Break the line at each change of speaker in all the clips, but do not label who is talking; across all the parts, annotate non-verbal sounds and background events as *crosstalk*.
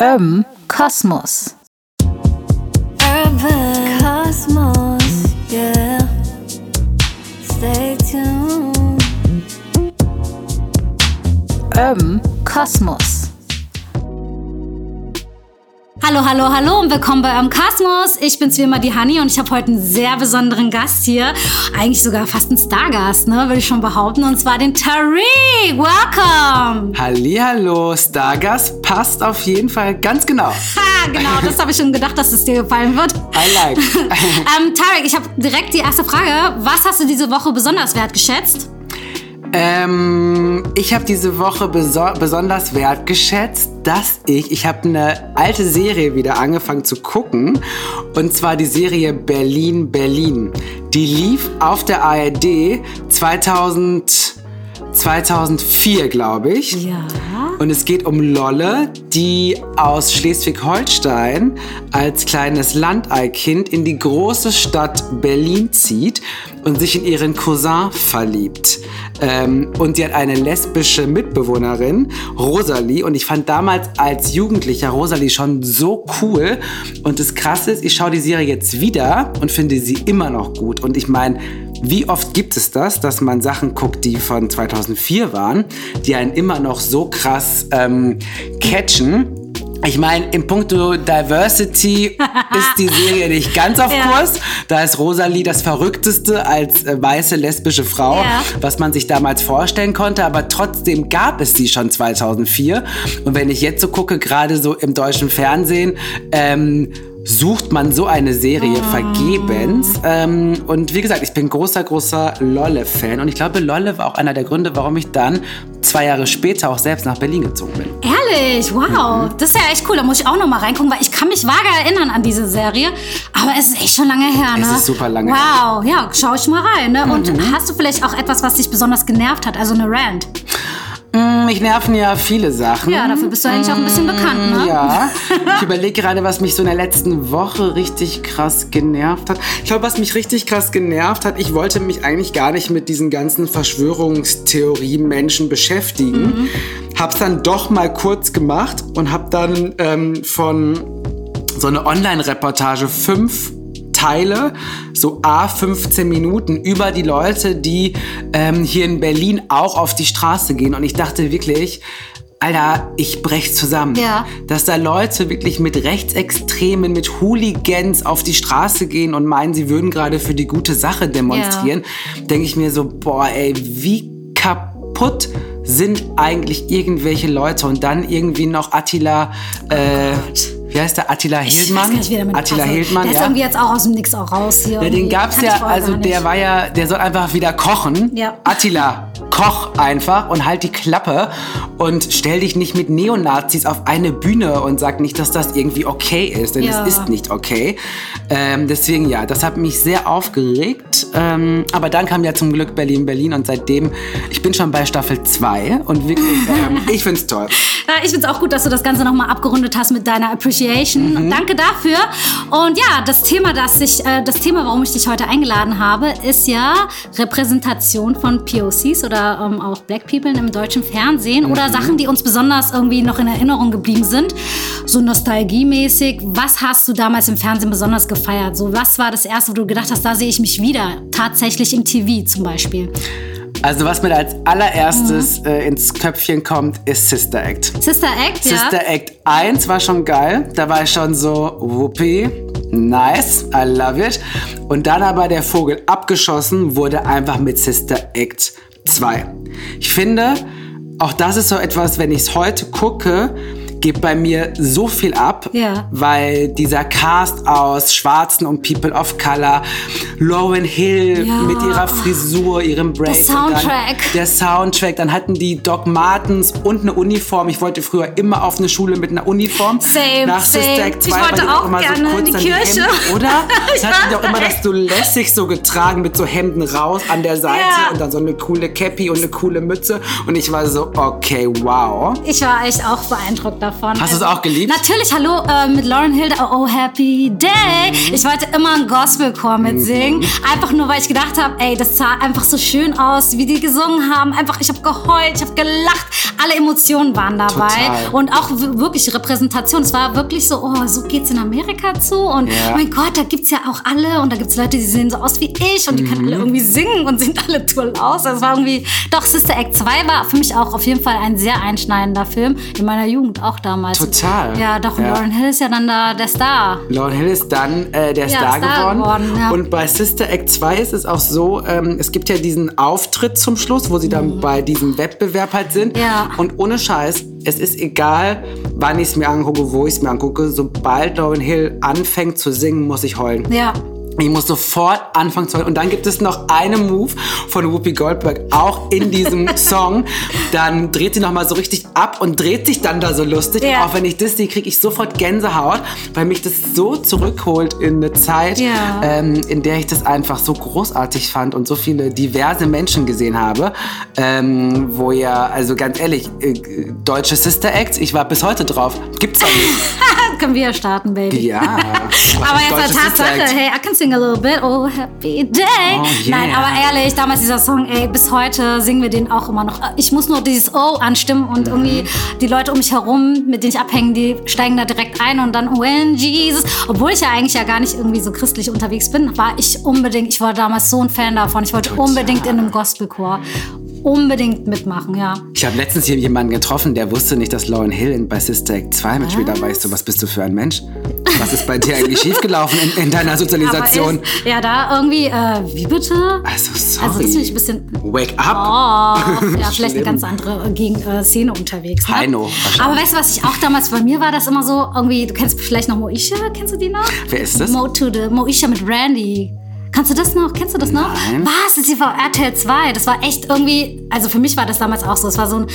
Urban Kosmos.
Urban Cosmos, yeah. Stay tuned.
Urban Kosmos.
Hallo, hallo, hallo und willkommen bei Am Kosmos. Ich bin's wie immer, die Hani und ich habe heute einen sehr besonderen Gast hier. Eigentlich sogar fast einen Stargast, ne, würde ich schon behaupten. Und zwar den Tariq. Welcome!
Hallihallo, Stargast passt auf jeden Fall ganz genau.
Ha, genau, das habe ich schon gedacht, dass es dir gefallen wird.
I like.
Ähm, Tariq, ich habe direkt die erste Frage. Was hast du diese Woche besonders wertgeschätzt?
ähm, ich habe diese Woche beso besonders wertgeschätzt, dass ich, ich habe eine alte Serie wieder angefangen zu gucken. Und zwar die Serie Berlin, Berlin. Die lief auf der ARD 2000, 2004, glaube ich.
Ja.
Und es geht um Lolle, die aus Schleswig-Holstein als kleines Landeikind in die große Stadt Berlin zieht und sich in ihren Cousin verliebt. Ähm, und sie hat eine lesbische Mitbewohnerin, Rosalie. Und ich fand damals als Jugendlicher Rosalie schon so cool. Und das Krasse ist, ich schaue die Serie jetzt wieder und finde sie immer noch gut. Und ich meine, wie oft gibt es das, dass man Sachen guckt, die von 2004 waren, die einen immer noch so krass ähm, catchen? Ich meine, im Punkto Diversity ist die Serie nicht ganz auf
Ja.
Kurs. Da ist Rosalie das Verrückteste als äh, weiße lesbische Frau,
Ja.
was man sich damals vorstellen konnte. Aber trotzdem gab es die schon 2004. Und wenn ich jetzt so gucke, gerade so im deutschen Fernsehen, ähm, sucht man so eine Serie vergebens. Ähm, und wie gesagt, ich bin großer, großer Lolle-Fan. Und ich glaube, Lolle war auch einer der Gründe, warum ich dann zwei Jahre später auch selbst nach Berlin gezogen bin.
Ehrlich, wow.
Mhm.
Das ist ja echt cool. Da muss ich auch noch mal reingucken, weil ich kann mich vage erinnern an diese Serie. Aber es ist echt schon lange her, ne?
Es ist super lange Mhm.
Wow, ja, schau ich mal rein, ne? Und hast du vielleicht auch etwas, was dich besonders genervt hat? Also eine Rant.
Hm, Mich nerven ja viele Sachen.
Ja, dafür bist du eigentlich auch ein bisschen bekannt, ne?
Mhm. Ja, ich überlege gerade, was mich so in der letzten Woche richtig krass genervt hat. Ich glaube, was mich richtig krass genervt hat, ich wollte mich eigentlich gar nicht mit diesen ganzen Verschwörungstheorie-Menschen beschäftigen. Hab's dann doch mal kurz gemacht und hab dann ähm, von so eine Online-Reportage, fünf Teile, so a 15 Minuten über die Leute, die ähm, hier in Berlin auch auf die Straße gehen. Und ich dachte wirklich, Alter, ich brech zusammen.
Ja.
Dass da Leute wirklich mit Rechtsextremen, mit Hooligans auf die Straße gehen und meinen, sie würden gerade für die gute Sache demonstrieren, denke ich mir so, boah, ey, wie kaputt sind eigentlich irgendwelche Leute und dann irgendwie noch Attila, äh, wie heißt der, Attila
Ich weiß
Hildmann?
gar nicht, wie der mit
Attila
also,
Hildmann,
Der ist
ja.
irgendwie jetzt auch aus dem Nix auch raus hier.
ja, den
irgendwie.
gab's
Kannte ich
ja,
vorher
also
gar nicht.
der war ja, der soll einfach wieder kochen.
Ja.
Attila, koch einfach und halt die Klappe und stell dich nicht mit Neonazis auf eine Bühne und sag nicht, dass das irgendwie okay ist, denn
Ja.
es ist nicht okay. Ähm, deswegen ja, das hat mich sehr aufgeregt. Ähm, aber dann kam ja zum Glück Berlin, Berlin und seitdem, ich bin schon bei Staffel 2 und wirklich,
*laughs*
ähm, ich find's toll.
Ja, ich find's auch gut, dass du das Ganze nochmal abgerundet hast mit deiner Appreciation.
Mhm.
Danke dafür. Und ja, das Thema, das ich, äh, das Thema, warum ich dich heute eingeladen habe, ist ja Repräsentation von POCs oder ähm, auch Black People im deutschen Fernsehen oder
Mhm.
Sachen, die uns besonders irgendwie noch in Erinnerung geblieben sind. So nostalgiemäßig. Was hast du damals im Fernsehen besonders gefeiert? So, was war das erste, wo du gedacht hast, da sehe ich mich wieder? Tatsächlich im TV zum Beispiel.
Also was mir da als allererstes
Mhm.
äh, ins Köpfchen kommt, ist Sister Act.
Sister Act, ja.
Sister Act 1 war schon geil. Da war ich schon so, whoopee, nice, I love it. Und dann aber der Vogel abgeschossen wurde einfach mit Sister Act 2. Ich finde, auch das ist so etwas, wenn ich es heute gucke, geht bei mir so viel ab,
Ja.
weil dieser Cast aus Schwarzen und People of Color, Lauren Hill
Ja.
mit ihrer Frisur, ihrem Break, und dann
Soundtrack.
der Soundtrack, dann hatten die Doc Martens und eine Uniform. Ich wollte früher immer auf eine Schule mit einer Uniform.
Same,
Nach
same.
Sister Act 2
Ich
war
wollte
die
auch
immer
gerne in
so kurz
die
an
Kirche. *laughs*
Hemden, oder?
Ich
Das hatten die auch
weiß
immer das so lässig so getragen mit so Hemden raus an der Seite
Ja.
und dann so eine coole Cappy und eine coole Mütze. Und ich war so, okay, wow.
Ich war echt auch beeindruckt davon. Also
Hast du es auch geliebt?
Natürlich, hallo, äh, mit Lauren Hill, oh, oh Happy Day.
Mhm.
Ich wollte immer einen Gospelchor mitsingen. Einfach nur, weil ich gedacht habe, ey, das sah einfach so schön aus, wie die gesungen haben. Einfach, ich habe geheult, ich habe gelacht. Alle Emotionen waren dabei.
Total.
Und auch w- wirklich Repräsentation. Es war wirklich so, oh, so geht's in Amerika zu. Und
Ja.
mein Gott, da gibt's ja auch alle. Und da gibt's Leute, die sehen so aus wie ich. Und die können
Mhm.
alle irgendwie singen und sind alle toll aus. Das war irgendwie, doch, Sister Act 2 war für mich auch auf jeden Fall ein sehr einschneidender Film. In meiner Jugend auch damals.
Total.
Ja, doch,
Ja.
Lauren Hill ist ja dann da der Star.
Lauren Hill ist dann äh, der
Ja,
Star,
Star
geworden.
geworden, ja.
Und bei Sister Act 2 ist es auch so, ähm, es gibt ja diesen Auftritt zum Schluss, wo sie dann bei diesem Wettbewerb halt sind.
Mhm. Ja.
Und ohne Scheiß, es ist egal, wann ich es mir angucke, wo ich es mir angucke, sobald Lauren Hill anfängt zu singen, muss ich heulen.
Ja.
Ich muss sofort anfangen zu heulen. Und dann gibt es noch einen Move von Whoopi Goldberg, auch in diesem
*laughs*
Song. Dann dreht sie nochmal so richtig ab und dreht sich dann da so lustig.
Ja.
Und auch wenn ich das sehe, kriege ich sofort Gänsehaut, weil mich das so zurückholt in eine Zeit,
Ja.
ähm, in der ich das einfach so großartig fand und so viele diverse Menschen gesehen habe. Ähm, wo ja, also ganz ehrlich, äh, deutsche Sister Acts, ich war bis heute drauf. Gibt's
*laughs*
doch nicht.
ah, Können wir ja starten, Baby.
Ja.
Aber jetzt
Deutsche
als
Sister
Tatsache,
Act.
hey, I can sing a little bit, oh happy day.
Oh, yeah.
Nein, aber ehrlich, damals dieser Song, ey, bis heute singen wir den auch immer noch. Ich muss nur dieses Oh anstimmen und
Mhm.
irgendwie die Leute um mich herum, mit denen ich abhänge, die steigen da direkt ein und dann When Jesus. Obwohl ich ja eigentlich ja gar nicht irgendwie so christlich unterwegs bin, war ich unbedingt, ich war damals so ein Fan davon. Ich wollte unbedingt in einem Gospelchor unbedingt mitmachen, ja.
Ich habe letztens hier jemanden getroffen, der wusste nicht, dass Lauren Hill in, bei Sister Act 2 mitspielt. Da weißt du, was bist du für ein Mensch? Was ist bei dir eigentlich schiefgelaufen in, in deiner
Aber
Sozialisation?
ist, ja, da irgendwie, äh, wie bitte?
also, sorry.
Also das finde ich ein bisschen
Wake
Oh,
up!
ja, vielleicht eine
Schlimm.
ganz andere äh, Gegen äh, Szene unterwegs. Ne?
Heino, wahrscheinlich.
Aber weißt du, was ich auch damals, bei mir war das immer so, irgendwie, du kennst vielleicht noch Moesha, kennst du die noch?
Wer ist das?
Mo to the Moesha mit Randy. Kannst du das noch? Kennst du das noch?
Nein.
Was? Das hier war RTL 2. Das war echt irgendwie, also für mich war das damals auch so. Es war so ein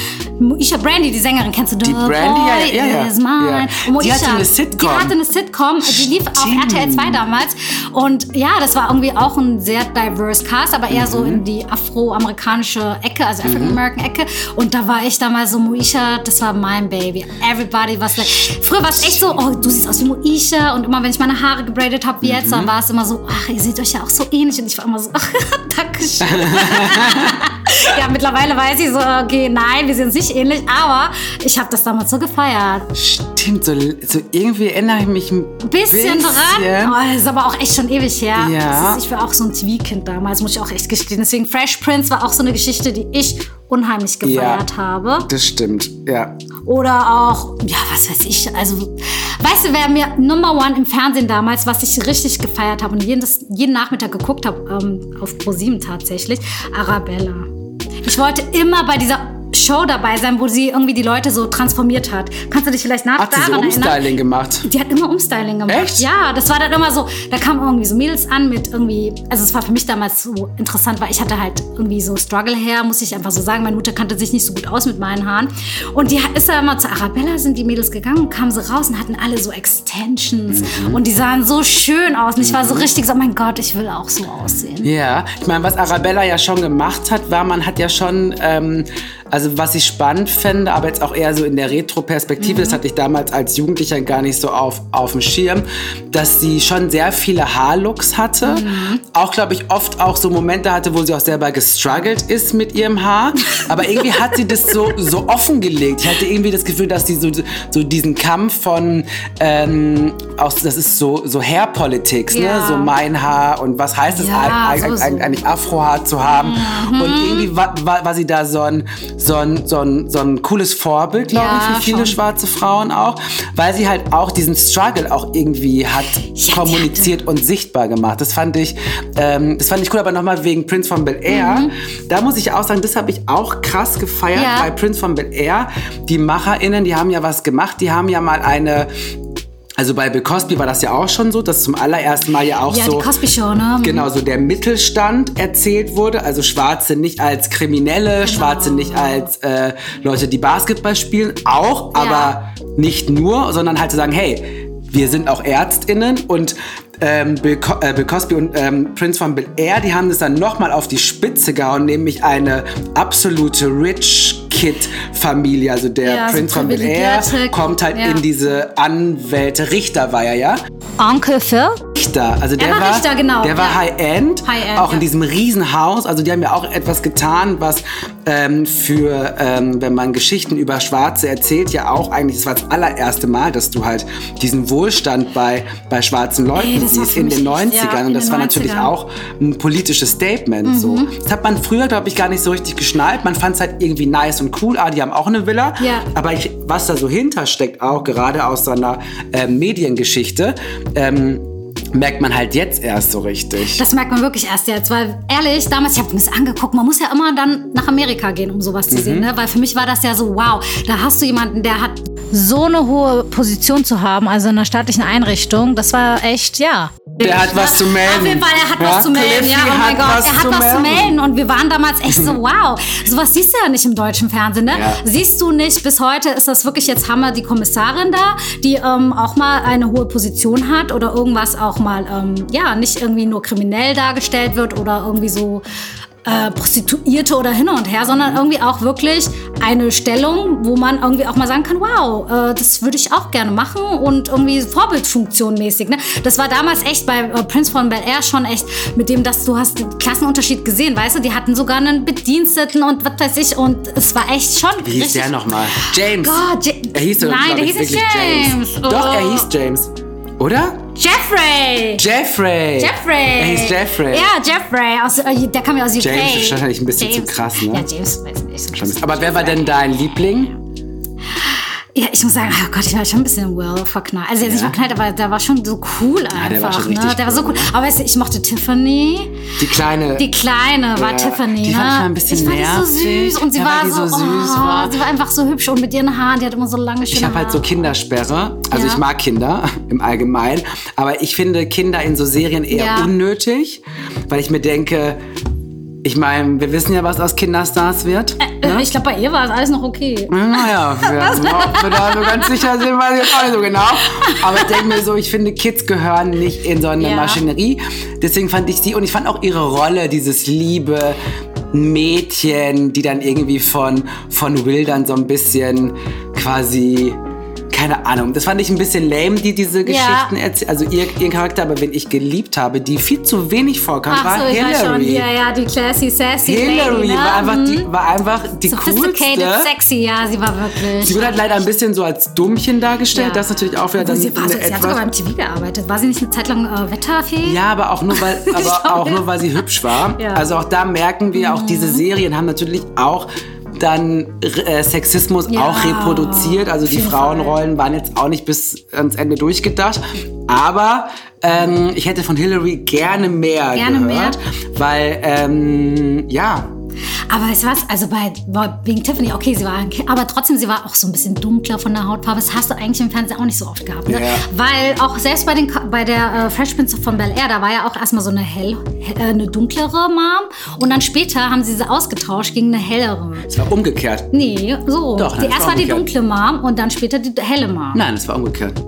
Moesha Brandy, die Sängerin, kennst du
Die Brandy, ja, ja, ja, ja.
Is mine.
Ja.
Moesha,
Die hatte eine Sitcom.
Die hatte eine Sitcom, die lief auf
Stimmt.
RTL 2 damals. Und ja, das war irgendwie auch ein sehr diverse Cast, aber eher so in die afroamerikanische Ecke, also African-American-Ecke. Und da war ich damals so, Moesha, das war mein Baby. Everybody was like. Früher war es echt so, oh, du siehst aus wie Moesha. Und immer, wenn ich meine Haare gebraidet habe wie jetzt, dann war es immer so, ach, ihr seht euch ja auch so ähnlich. Und ich war immer so, *laughs* ach, Dankeschön. ja, mittlerweile weiß ich so, okay, nein, wir sind uns nicht ähnlich, aber ich habe das damals so gefeiert.
Stimmt, so, so irgendwie erinnere ich mich ein
bisschen, dran.
bisschen.
Oh, das ist aber auch echt schon ewig her.
Ja.
Das ist, ich war auch so ein TV-Kind damals, muss ich auch echt gestehen. Deswegen Fresh Prince war auch so eine Geschichte, die ich unheimlich gefeiert
Ja.
habe.
Das stimmt, ja.
Oder auch, ja, was weiß ich. Also, weißt du, wer mir Number One im Fernsehen damals, was ich richtig gefeiert habe und jedes, jeden Nachmittag geguckt habe, ähm, auf ProSieben tatsächlich, Arabella. Ich wollte immer bei dieser Show dabei sein, wo sie irgendwie die Leute so transformiert hat. Kannst du dich vielleicht nach
Hat sie
daran
so
erinnern?
Umstyling gemacht?
Die hat immer Umstyling gemacht.
Echt?
Ja, das war dann immer so, da kamen irgendwie so Mädels an mit irgendwie, also es war für mich damals so interessant, weil ich hatte halt irgendwie so Struggle-Hair, muss ich einfach so sagen. Meine Mutter kannte sich nicht so gut aus mit meinen Haaren. Und die ist da immer zu Arabella, sind die Mädels gegangen und kamen so raus und hatten alle so Extensions.
Mhm.
Und die sahen so schön aus. Und ich war so richtig so, oh mein Gott, ich will auch so aussehen.
Ja, ich meine, was Arabella ja schon gemacht hat, war, man hat ja schon, ähm, also was ich spannend fände, aber jetzt auch eher so in der Retro-Perspektive, das hatte ich damals als Jugendlicher gar nicht so auf, auf dem Schirm, dass sie schon sehr viele Haarlooks hatte. Auch, glaube ich, oft auch so Momente hatte, wo sie auch selber gestruggelt ist mit ihrem Haar. Aber irgendwie hat sie das so, so offengelegt. Ich hatte irgendwie das Gefühl, dass sie so, so diesen Kampf von, ähm, aus, das ist so, so Hair-Politics, ne?
Ja.
so mein Haar und was heißt es
Ja,
ein- ein-
so, Mhm. so.
ein- eigentlich Afrohaar zu haben. Und irgendwie war, war, war sie da so ein, so ein, so ein, so ein cooles Vorbild, glaube
Ja,
ich, für viele
schon.
schwarze Frauen auch, weil sie halt auch diesen Struggle auch irgendwie hat
sie
kommuniziert und sichtbar gemacht. Das fand ich, ähm, das fand ich cool, aber nochmal wegen Prince von Bel Air. Da muss ich auch sagen, das habe ich auch krass gefeiert
Mhm. Ja.
bei Prince von Bel Air. Die MacherInnen, die haben ja was gemacht, die haben ja mal eine. Also bei Bill Cosby war das ja auch schon so, dass zum allerersten Mal ja auch
ja,
so
die Cosby-Show, ne?
Genau, so der Mittelstand erzählt wurde. Also Schwarze nicht als Kriminelle,
Genau.
Schwarze nicht als äh, Leute, die Basketball spielen, auch, aber nicht nur, sondern halt zu sagen, hey, wir sind auch ÄrztInnen und ähm, Bill, Co äh, Bill Cosby und ähm, Prince von Bel Air, die haben das dann nochmal auf die Spitze gehauen, nämlich eine absolute Rich Kid Familie. Also der
Ja, so
Prince von Bel Air
privilegierte-
kommt halt
ja.
in diese Anwälte, Richter war er ja.
Onkel Phil,
Richter, also der
war Richter, genau,
Der war
ja.
High-End,
High-End,
auch in
ja.
diesem Riesenhaus. Also die haben ja auch etwas getan, was ähm, für, ähm, wenn man Geschichten über Schwarze erzählt, ja auch eigentlich, das war das allererste Mal, dass du halt diesen Wohlstand bei, bei schwarzen Leuten
Ey, das war
siehst
für
in
mich
den
echt-
90ern.
ja, in
Und das
den Mhm.
war natürlich
90ern.
auch ein politisches Statement. So. Das hat man früher, glaube ich, gar nicht so richtig geschnallt. Man fand es halt irgendwie nice und cool. Ah, die haben auch eine Villa.
Ja.
Aber ich, was da so hintersteckt, auch gerade aus so einer äh, Mediengeschichte, ähm, merkt man halt jetzt erst so richtig.
Das merkt man wirklich erst jetzt, weil ehrlich, damals, ich habe mir das angeguckt, man muss ja immer dann nach Amerika gehen, um sowas zu
Mhm.
sehen, ne? weil für mich war das ja so, wow, da hast du jemanden, der hat,
so eine hohe Position zu haben, also in einer staatlichen Einrichtung, das war echt, ja.
der hat was zu melden.
ne? auf jeden Fall, er hat
Ja,
was zu melden,
Cliffy
ja, oh mein
hat
Gott,
was
er hat
zu
was zu
melden.
melden und wir waren damals echt
*laughs*
so, wow, sowas siehst du ja nicht im deutschen Fernsehen, ne?
Ja.
siehst du nicht, bis heute ist das wirklich jetzt Hammer, die Kommissarin da, die ähm, auch mal eine hohe Position hat oder irgendwas auch mal, ähm, ja, nicht irgendwie nur kriminell dargestellt wird oder irgendwie so äh, Prostituierte oder hin und her, sondern irgendwie auch wirklich eine Stellung, wo man irgendwie auch mal sagen kann, wow, äh, das würde ich auch gerne machen und irgendwie Vorbildfunktion mäßig. Ne? Das war damals echt bei äh, Prince von Bel Air schon echt mit dem, dass du hast den Klassenunterschied gesehen, weißt du, die hatten sogar einen Bediensteten und was weiß ich und es war echt schon
Wie hieß der nochmal? James.
Gott, Ja-
Er hieß doch,
Nein,
glaub
der
ich,
hieß nicht
wirklich
James.
Doch, er
Oh.
hieß James. Oder?
Jeffrey.
Jeffrey.
Jeffrey.
Er hieß Jeffrey.
Ja, Jeffrey. Aus, äh, der kam ja aus UK.
James ist wahrscheinlich ein bisschen zu krass, ne?
Ja, James weiß nicht.
Schon ein bisschen- Aber wer war denn dein Liebling?
Ja, ich muss sagen, oh Gott, ich war schon ein bisschen well verknallt. Also jetzt nicht
Ja.
verknallt, aber der war schon so cool einfach.
der war schon
ne?
richtig
der war so
cool,
cool. Aber weißt du, ich mochte Tiffany.
Die kleine.
Die Kleine war
Ja,
Tiffany.
die fand ich
ne?
mal ein bisschen
Ich fand die so
nervig.
süß und sie
Ja,
war
weil die
so,
so süß
oh,
war.
sie war einfach so hübsch und mit ihren Haaren, die hat immer so lange schöne
Ich habe halt so
Haare.
Kindersperre. Also
Genau. Ja.
ich mag Kinder *laughs* im Allgemeinen. Aber ich finde Kinder in so Serien eher
Ja.
unnötig, weil ich mir denke, ich meine, wir wissen ja, was aus Kinderstars wird.
Äh, Ich glaube, bei ihr war es alles noch okay.
Naja,
*laughs*
wir- ob wir da so ganz sicher sind, weiß ich jetzt auch nicht so genau. Aber ich denke mir so, ich finde, Kids gehören nicht in so eine
Ja.
Maschinerie. Deswegen fand ich sie und ich fand auch ihre Rolle, dieses liebe Mädchen, die dann irgendwie von, von Will dann so ein bisschen quasi. Keine Ahnung, das fand ich ein bisschen lame, die diese Geschichten erzählt. Also ihr, ihren Charakter, aber wenn ich geliebt habe, die viel zu wenig vorkam,
Ach
war
so, ich
Hillary.
weiß schon. Ja, ja, die classy, sassy Lady,
Hillary
ne?
war einfach
Mhm.
die, war einfach die
Sophisticated,
coolste.
sexy, ja, sie war wirklich.
Sie wird halt leider ein bisschen so als Dummchen dargestellt.
Ja.
Das ist natürlich auch wieder
Obwohl,
dann
sie, war,
eine
so- sie hat sogar beim TV gearbeitet. War sie nicht eine Zeit lang äh, Wetterfee?
ja, aber auch nur
*laughs*
weil, aber auch nur weil sie hübsch war.
Ja. Mhm.
Also auch da merken wir, auch diese Serien haben natürlich auch dann äh, Sexismus
Ja,
auch reproduziert. Also die
jeden Fall.
Frauenrollen waren jetzt auch nicht bis ans Ende durchgedacht. Aber ähm, ich hätte von Hillary gerne mehr
Gerne mehr.
gehört, weil ähm, ja,
Aber weißt du was? Also bei, bei wegen Tiffany, okay, sie war ein Kind, aber trotzdem, sie war auch so ein bisschen dunkler von der Hautfarbe. Das hast du eigentlich im Fernsehen auch nicht so oft gehabt. Ne?
Ja.
Weil auch selbst bei, den, bei der äh, Fresh Prince von Bel Air, da war ja auch erstmal so eine hell, hell, äh, eine dunklere Mom. Und dann später haben sie sie ausgetauscht gegen eine hellere.
es war umgekehrt.
Nee, so.
Doch,
die,
das
erst
war
war die
umgekehrt.
dunkle Mom und dann später die helle Mom.
Nein, es war umgekehrt.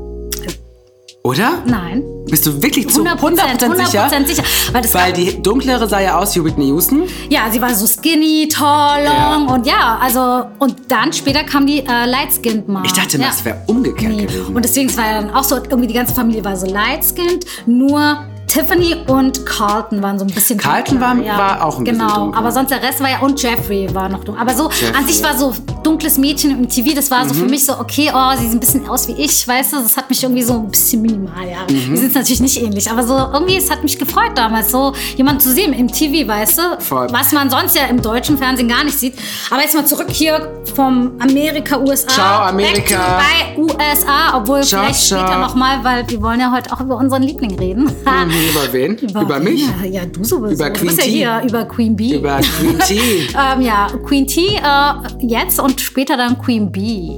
Oder?
Äh. Nein.
Bist du wirklich zu 100%,
100%, 100%
sicher?
sicher. Weil das
Weil
war-
die dunklere sah ja aus wie Whitney Houston.
Ja, sie war so skinny, tall,
Ja.
long und ja, also und dann später kam die äh, Light Skinned Mom.
Ich dachte,
ja.
das wäre umgekehrt
Nee.
gewesen.
Und deswegen es war ja dann auch so irgendwie die ganze Familie war so light skinned, nur Tiffany und Carlton waren so ein bisschen
Carlton
dunkler,
war- war auch ein bisschen
Genau,
dunkler.
aber sonst der Rest war ja und Jeffrey war noch dunkel. Aber so
Jeffrey. Mhm.
an sich war so dunkles Mädchen im TV, das war so für mich so okay, oh, sie sieht ein bisschen aus wie ich, weißt du, das hat mich irgendwie so ein bisschen minimal, ja.
Mhm.
Wir sind natürlich nicht ähnlich, aber so irgendwie es hat mich gefreut damals so jemand zu sehen im TV, weißt du?
Voll.
Was man sonst ja im deutschen Fernsehen gar nicht sieht. Aber jetzt mal zurück hier vom Amerika USA.
Ciao, Amerika.
Back to the bei USA, obwohl
Ciao,
vielleicht
ciao.
später nochmal, weil wir wollen ja heute auch über unseren Liebling reden. *laughs*
Mhm, über wen? Über,
wen?
mich?
Ja, ja, du sowieso.
Über
du
Queen
bist ja
T.
hier über Queen Bee.
Über
*laughs*
Queen T.
ähm, ja, Queen T äh, jetzt und später dann Queen Bee.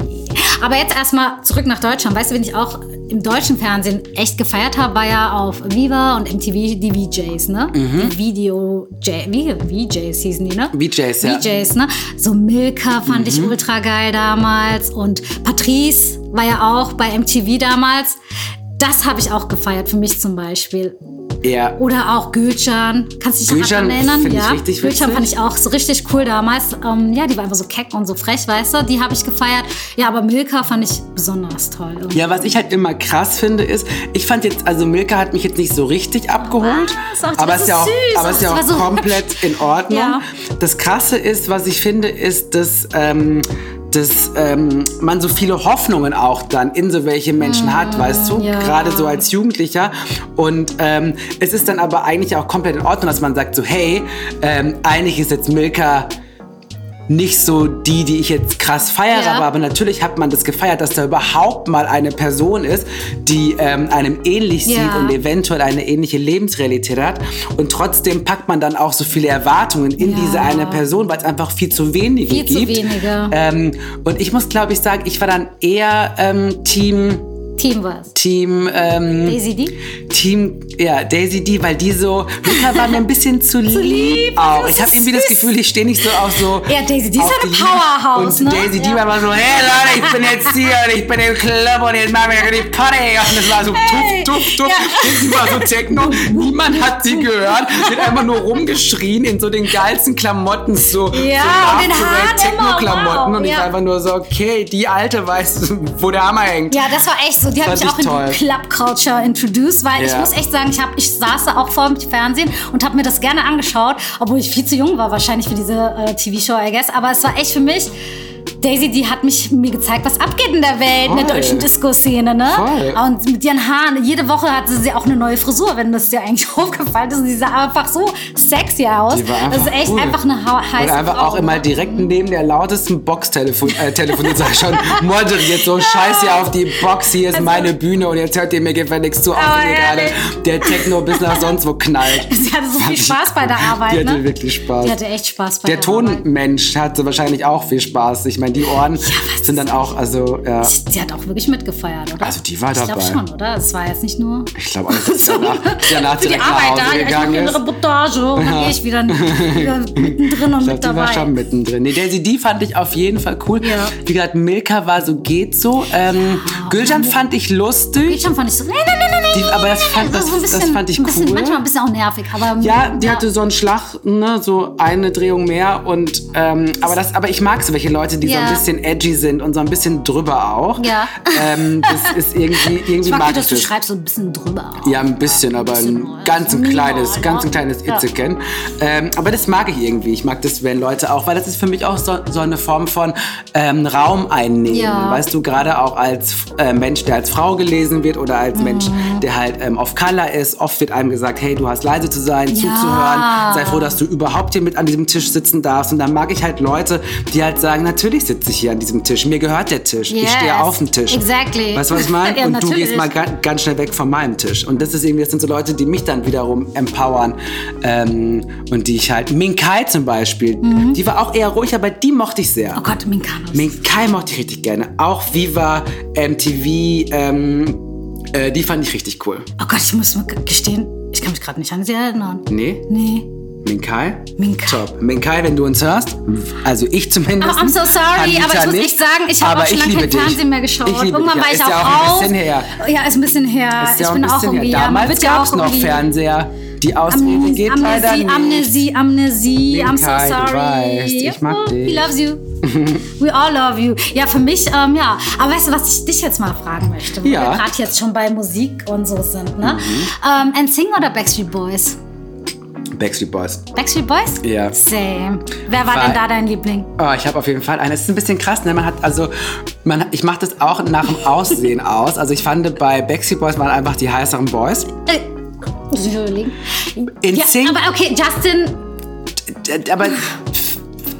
Aber jetzt erstmal zurück nach Deutschland. Weißt du, wen ich auch im deutschen Fernsehen echt gefeiert habe, war ja auf Viva und MTV die VJs, ne?
Mhm.
Die Video J wie VJs hießen die, ne?
VJs, ja. Mhm.
DJs, ne? So Milka fand ich ultra geil damals und Patrice war ja auch bei MTV damals. Das habe ich auch gefeiert, für mich zum Beispiel.
Ja.
Oder auch Gülcan. Kannst du dich noch
Gülcan
daran erinnern?
find ich richtig
Gülcan
witzig.
fand ich auch so richtig cool damals. Ähm, ja, die war einfach so keck und so frech, weißt du? Die habe ich gefeiert. Ja, aber Milka fand ich besonders toll. irgendwie.
Ja, was ich halt immer krass finde, ist, ich fand jetzt, also Milka hat mich jetzt nicht so richtig abgeholt,
Was? Auch die
aber
war
es ist
so
ja auch,
süß,
aber es ist ja
auch
auch
die war so
komplett
hübsch.
in Ordnung.
Ja.
Das Krasse ist, was ich finde, ist, dass, ähm, dass ähm, man so viele Hoffnungen auch dann in so welche Menschen hat, weißt du,
Hm, ja.
gerade so als Jugendlicher. Und ähm, es ist dann aber eigentlich auch komplett in Ordnung, dass man sagt so, hey, ähm, eigentlich ist jetzt Milka nicht so die, die ich jetzt krass feiere,
Ja.
aber, aber natürlich hat man das gefeiert, dass da überhaupt mal eine Person ist, die ähm, einem ähnlich sieht
Ja.
und eventuell eine ähnliche Lebensrealität hat. Und trotzdem packt man dann auch so viele Erwartungen in diese eine Person, weil es einfach viel zu wenige
Viel zu
gibt.
wenige.
Ähm, und ich muss, glaube ich, sagen, ich war dann eher ähm, Team,
Team war es.
Team, ähm,
Daisy D?
Team, ja, Daisy D, weil die so, Luca war mir ein bisschen zu lieb.
lieb,
auch.
das
Ich habe
ist
irgendwie
süß.
das Gefühl, ich stehe nicht so auf so.
Ja, Daisy D ist
auf
halt ein
die-
Powerhouse,
Und
ne?
Daisy D war immer so, hey Leute, ich bin jetzt hier und ich bin im Club und jetzt machen wir die Party. Und das war so
Hey.
tuff, tuff, tuff.
Ja.
Das war so Techno. Niemand hat sie gehört. Sie hat einfach nur rumgeschrien in so den geilsten Klamotten, so,
Ja,
so
und den
Love-to-Rap
Haaren
Techno-Klamotten.
immer, wow,
Und ich
ja.
war einfach nur so, okay, die Alte weiß, wo der Hammer hängt.
Ja, das war echt so. Die hat
Fand
mich auch
ich
in die
toll.
Club Culture introduced, weil ich
Ja.
muss echt sagen, ich, hab, ich saß da auch vor dem Fernsehen und habe mir das gerne angeschaut, obwohl ich viel zu jung war wahrscheinlich für diese äh, TV-Show, I guess. Aber es war echt für mich. Daisy, die hat mich, mir gezeigt, was abgeht in der Welt, in
Voll.
der deutschen Disco-Szene, ne?
Voll.
Und mit ihren Haaren, jede Woche hatte sie auch eine neue Frisur, wenn das dir eigentlich *laughs* aufgefallen ist. Und die sah einfach so sexy aus.
Die war einfach
das ist echt
cool.
einfach eine hau- heiße
Und einfach
Frau.
auch immer direkt neben der lautesten Box telefon äh, telefoniert, sag ich schon, moderiert
*laughs*
so, scheiß hier auf die Box, hier ist meine Bühne und jetzt hört ihr mir gefälligst zu, auch wenn hier gerade
Also- ehrlich.
der Techno bis nach sonst wo
*laughs*
knallt.
*laughs* Sie hatte so viel Spaß bei der Arbeit,
Die hatte
ne?
wirklich Spaß.
Die hatte echt Spaß bei der,
der
Arbeit.
Tonmensch hatte wahrscheinlich auch viel Spaß. Ich meine, die Ohren sind dann auch, also, ja.
Sie hat auch wirklich mitgefeiert, oder?
Also die war
ich
dabei.
Ich glaube schon, oder? Es war jetzt nicht nur
Ich glaube auch,
*laughs*
dass danach, danach
für die
direkt nach
Arbeit da,
Hause
ich mache
gegangen
eine
ist.
Reportage und dann gehe ich wieder
*laughs*
wieder mittendrin und mit
Ich glaub, die
dabei.
war schon mittendrin. Nee, Daisy, die fand ich auf jeden Fall cool.
Ja.
Wie gesagt, Milka war so, geht so. Ähm, Gülcan fand ich lustig.
Ich schon fand ich so, nein, nein, nein, nein, nein.
Die, aber das
nein,
fand,
nein,
das,
so ein
das
bisschen-
fand ich
ein bisschen,
cool.
Manchmal ein bisschen auch nervig, aber
Ja, die hatte so einen Schlag, ne, so eine Drehung mehr und ähm, aber das, aber ich mag so welche Leute, die so
Ja.
ein bisschen edgy sind und so ein bisschen drüber auch.
Ja.
Ähm, das ist irgendwie, irgendwie
ich mag,
mag
dir, dass
ich
du
das.
schreibst so ein bisschen drüber. auch.
Ja, ein bisschen, aber
bisschen,
ein
ja.
ganz ein
Ja,
kleines,
ja.
ganz ein kleines
Ja.
Itzeken. Ähm, aber das mag ich irgendwie. Ich mag das, wenn Leute auch, weil das ist für mich auch so, so eine Form von ähm, Raum einnehmen.
Ja.
Weißt du, gerade auch als äh, Mensch, der als Frau gelesen wird oder
Mhm.
als Mensch, der halt ähm, auf Color ist, oft wird einem gesagt, hey, du hast leise zu sein, zuzuhören, sei froh, dass du überhaupt hier mit an diesem Tisch sitzen darfst. Und dann mag ich halt Leute, die halt sagen, natürlich sitze ich hier an diesem Tisch, mir gehört der Tisch, ich
Yes.
stehe auf dem Tisch.
Exactly.
Weißt du, was ich meine?
*laughs* Ja,
Und du
natürlich.
gehst mal ga- ganz schnell weg von meinem Tisch. Und das ist irgendwie, das sind so Leute, die mich dann wiederum empowern. Ähm, und die ich halt. Ming Kai zum Beispiel, die war auch eher ruhig, aber die mochte ich sehr.
Mhm. Oh Gott, Minkanos.
Ming Kai mochte ich richtig gerne. Auch Viva, MTV, ähm, äh, die fand ich richtig cool.
Oh Gott, ich muss mir gestehen, ich kann mich gerade nicht an sie erinnern.
Nee?
Nee.
Ming Kai?
Ming Kai.
Top. Ming Kai, wenn du uns hörst, also ich zumindest.
Oh, I'm so sorry,
Anita
aber ich muss
nicht,
echt sagen, ich habe
aber
auch schon lange
liebe
kein
dich.
Fernsehen mehr geschaut.
Ich liebe
Irgendwann
dich.
war
ja,
ich
ist ja
auch
ein bisschen her.
raus. Ja, ist ein bisschen her.
Ist ja
Ah, ich
auch
bin
ein
auch
bisschen her.
irgendwie. Ja, man
Damals
wird ja
gab es
auch
noch
irgendwie-
Fernseher. Die Ausrede
Amnesie,
geht leider
Amnesie, Amnesie,
nicht.
Amnesie, I'm so
Kai, du
sorry.
weißt, ich mag
Oh,
dich.
He loves
*laughs*
you. We all love you. Ja, für mich, ähm, ja. Aber weißt du, was ich dich jetzt mal fragen möchte? Weil
Ja. Mhm.
wir gerade jetzt schon bei Musik und so sind, ne? Ähm, NSYNC oder Backstreet Boys?
Backstreet Boys.
Backstreet Boys?
Ja.
Same. Wer war
Weil-
denn da dein Liebling?
Oh, ich habe auf jeden Fall einen. Es ist ein bisschen krass, ne? Man hat also, man, ich mache das auch nach dem
*laughs*
Aussehen aus. Also ich fand bei Backstreet Boys waren einfach die heißeren Boys.
Äh, muss ich überlegen.
In
Ja,
Sync,
aber okay, Justin
aber,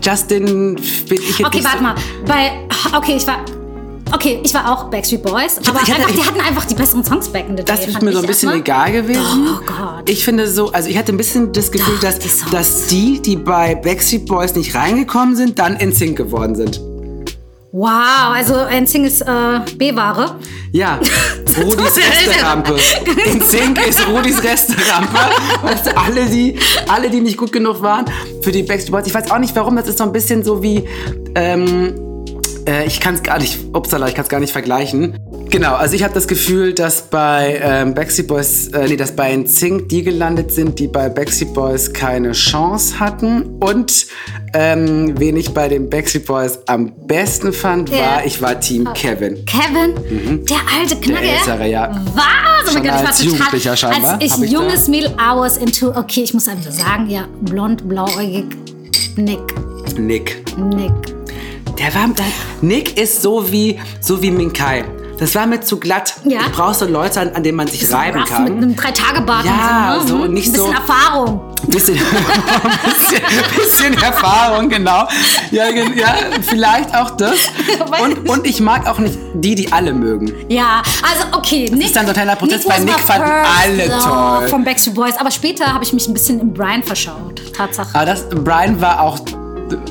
Justin bin ich jetzt
Okay,
nicht
warte
so,
mal. Bei. Okay, ich war. Okay, ich war auch Backstreet Boys, aber
ich hatte-
einfach, die
ich-
hatten einfach die besseren Songs back in the day.
Das ist
fand
mir so
ich
ein bisschen
erstmal.
egal gewesen.
Oh Gott.
Ich finde so, also ich hatte ein bisschen das Gefühl,
Doch,
dass,
die Songs.
dass die, die bei Backstreet Boys nicht reingekommen sind, dann in Sync geworden sind.
Wow, also ein Singles äh, B-Ware.
Ja, Rudis Resterampe. In Sync ist Rudis Resterampe. Weißt du, alle die, alle, die nicht gut genug waren für die Backstreet Boys. Ich weiß auch nicht warum, das ist so ein bisschen so wie, ähm, äh, ich kann es gar nicht, upsala, ich kann es gar nicht vergleichen. Genau, also ich habe das Gefühl, dass bei ähm, Backstreet Boys, äh, nee, dass bei NSYNC die gelandet sind, die bei Backstreet Boys keine Chance hatten. Und ähm, wen ich bei den Backstreet Boys am besten fand, war,
Ja.
ich war Team Kevin.
Kevin, der alte Knacker.
Mhm. Ältere, ja.
Was? Oh
Schon
mein Gott, ich war
als
total.
Jugendlicher scheinbar,
Als ich
hab ich
junges Mädel, I was into, okay, ich muss einfach sagen, ja, blond, blauäugig, Nick,
Nick.
Nick.
Der war, Nick ist so wie, so wie Minkai. Das war mir zu glatt.
Ja.
Ich brauch so Leute, an, an denen man sich reiben
Rough Mit
kann.
einem Drei-Tage-Bart.
Ja,
und so,
so,
ne? Mhm.
nicht
Ein bisschen
so-
Erfahrung.
Bisschen, *laughs* bisschen, bisschen Erfahrung, genau. Ja, gen- ja, vielleicht
*laughs*
auch das. Und, und ich mag auch nicht die, die alle mögen.
Ja, also okay. Nick,
ist dann so ein kleiner Prozess, weil
was
Nick
my
fanden
first
alle
love
toll.
Von Backstreet Boys. Aber später habe ich mich ein bisschen in Brian verschaut. Tatsache.
Aber das, Brian war auch,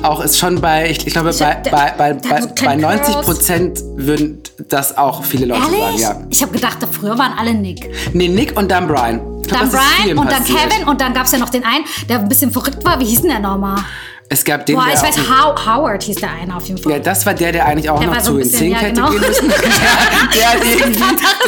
auch ist schon bei, ich, ich glaube, bei,
hab- der-
bei, bei,
der hat
bei,
so
bei
keine
90
Curls.
Prozent würden das auch viele Leute sagen,
Ehrlich?
ja.
Ich habe gedacht, früher waren alle Nick.
Nee, Nick und dann Brian. Ich glaub,
Dann
das ist
Brian
vielen
und dann
passiert.
Kevin und dann gab es ja noch den einen, der ein bisschen verrückt war. Wie hieß denn der nochmal?
Es gab den,
Boah,
der
ich
auch
weiß, How Howard hieß der eine auf jeden Fall.
Ja, das war der, der eigentlich auch
Der
noch
war so
zu
ein
den
bisschen-
Zink
ja,
hätte
genau.
gehen
*laughs*
müssen. *laughs* Der, der, hat irgendwie,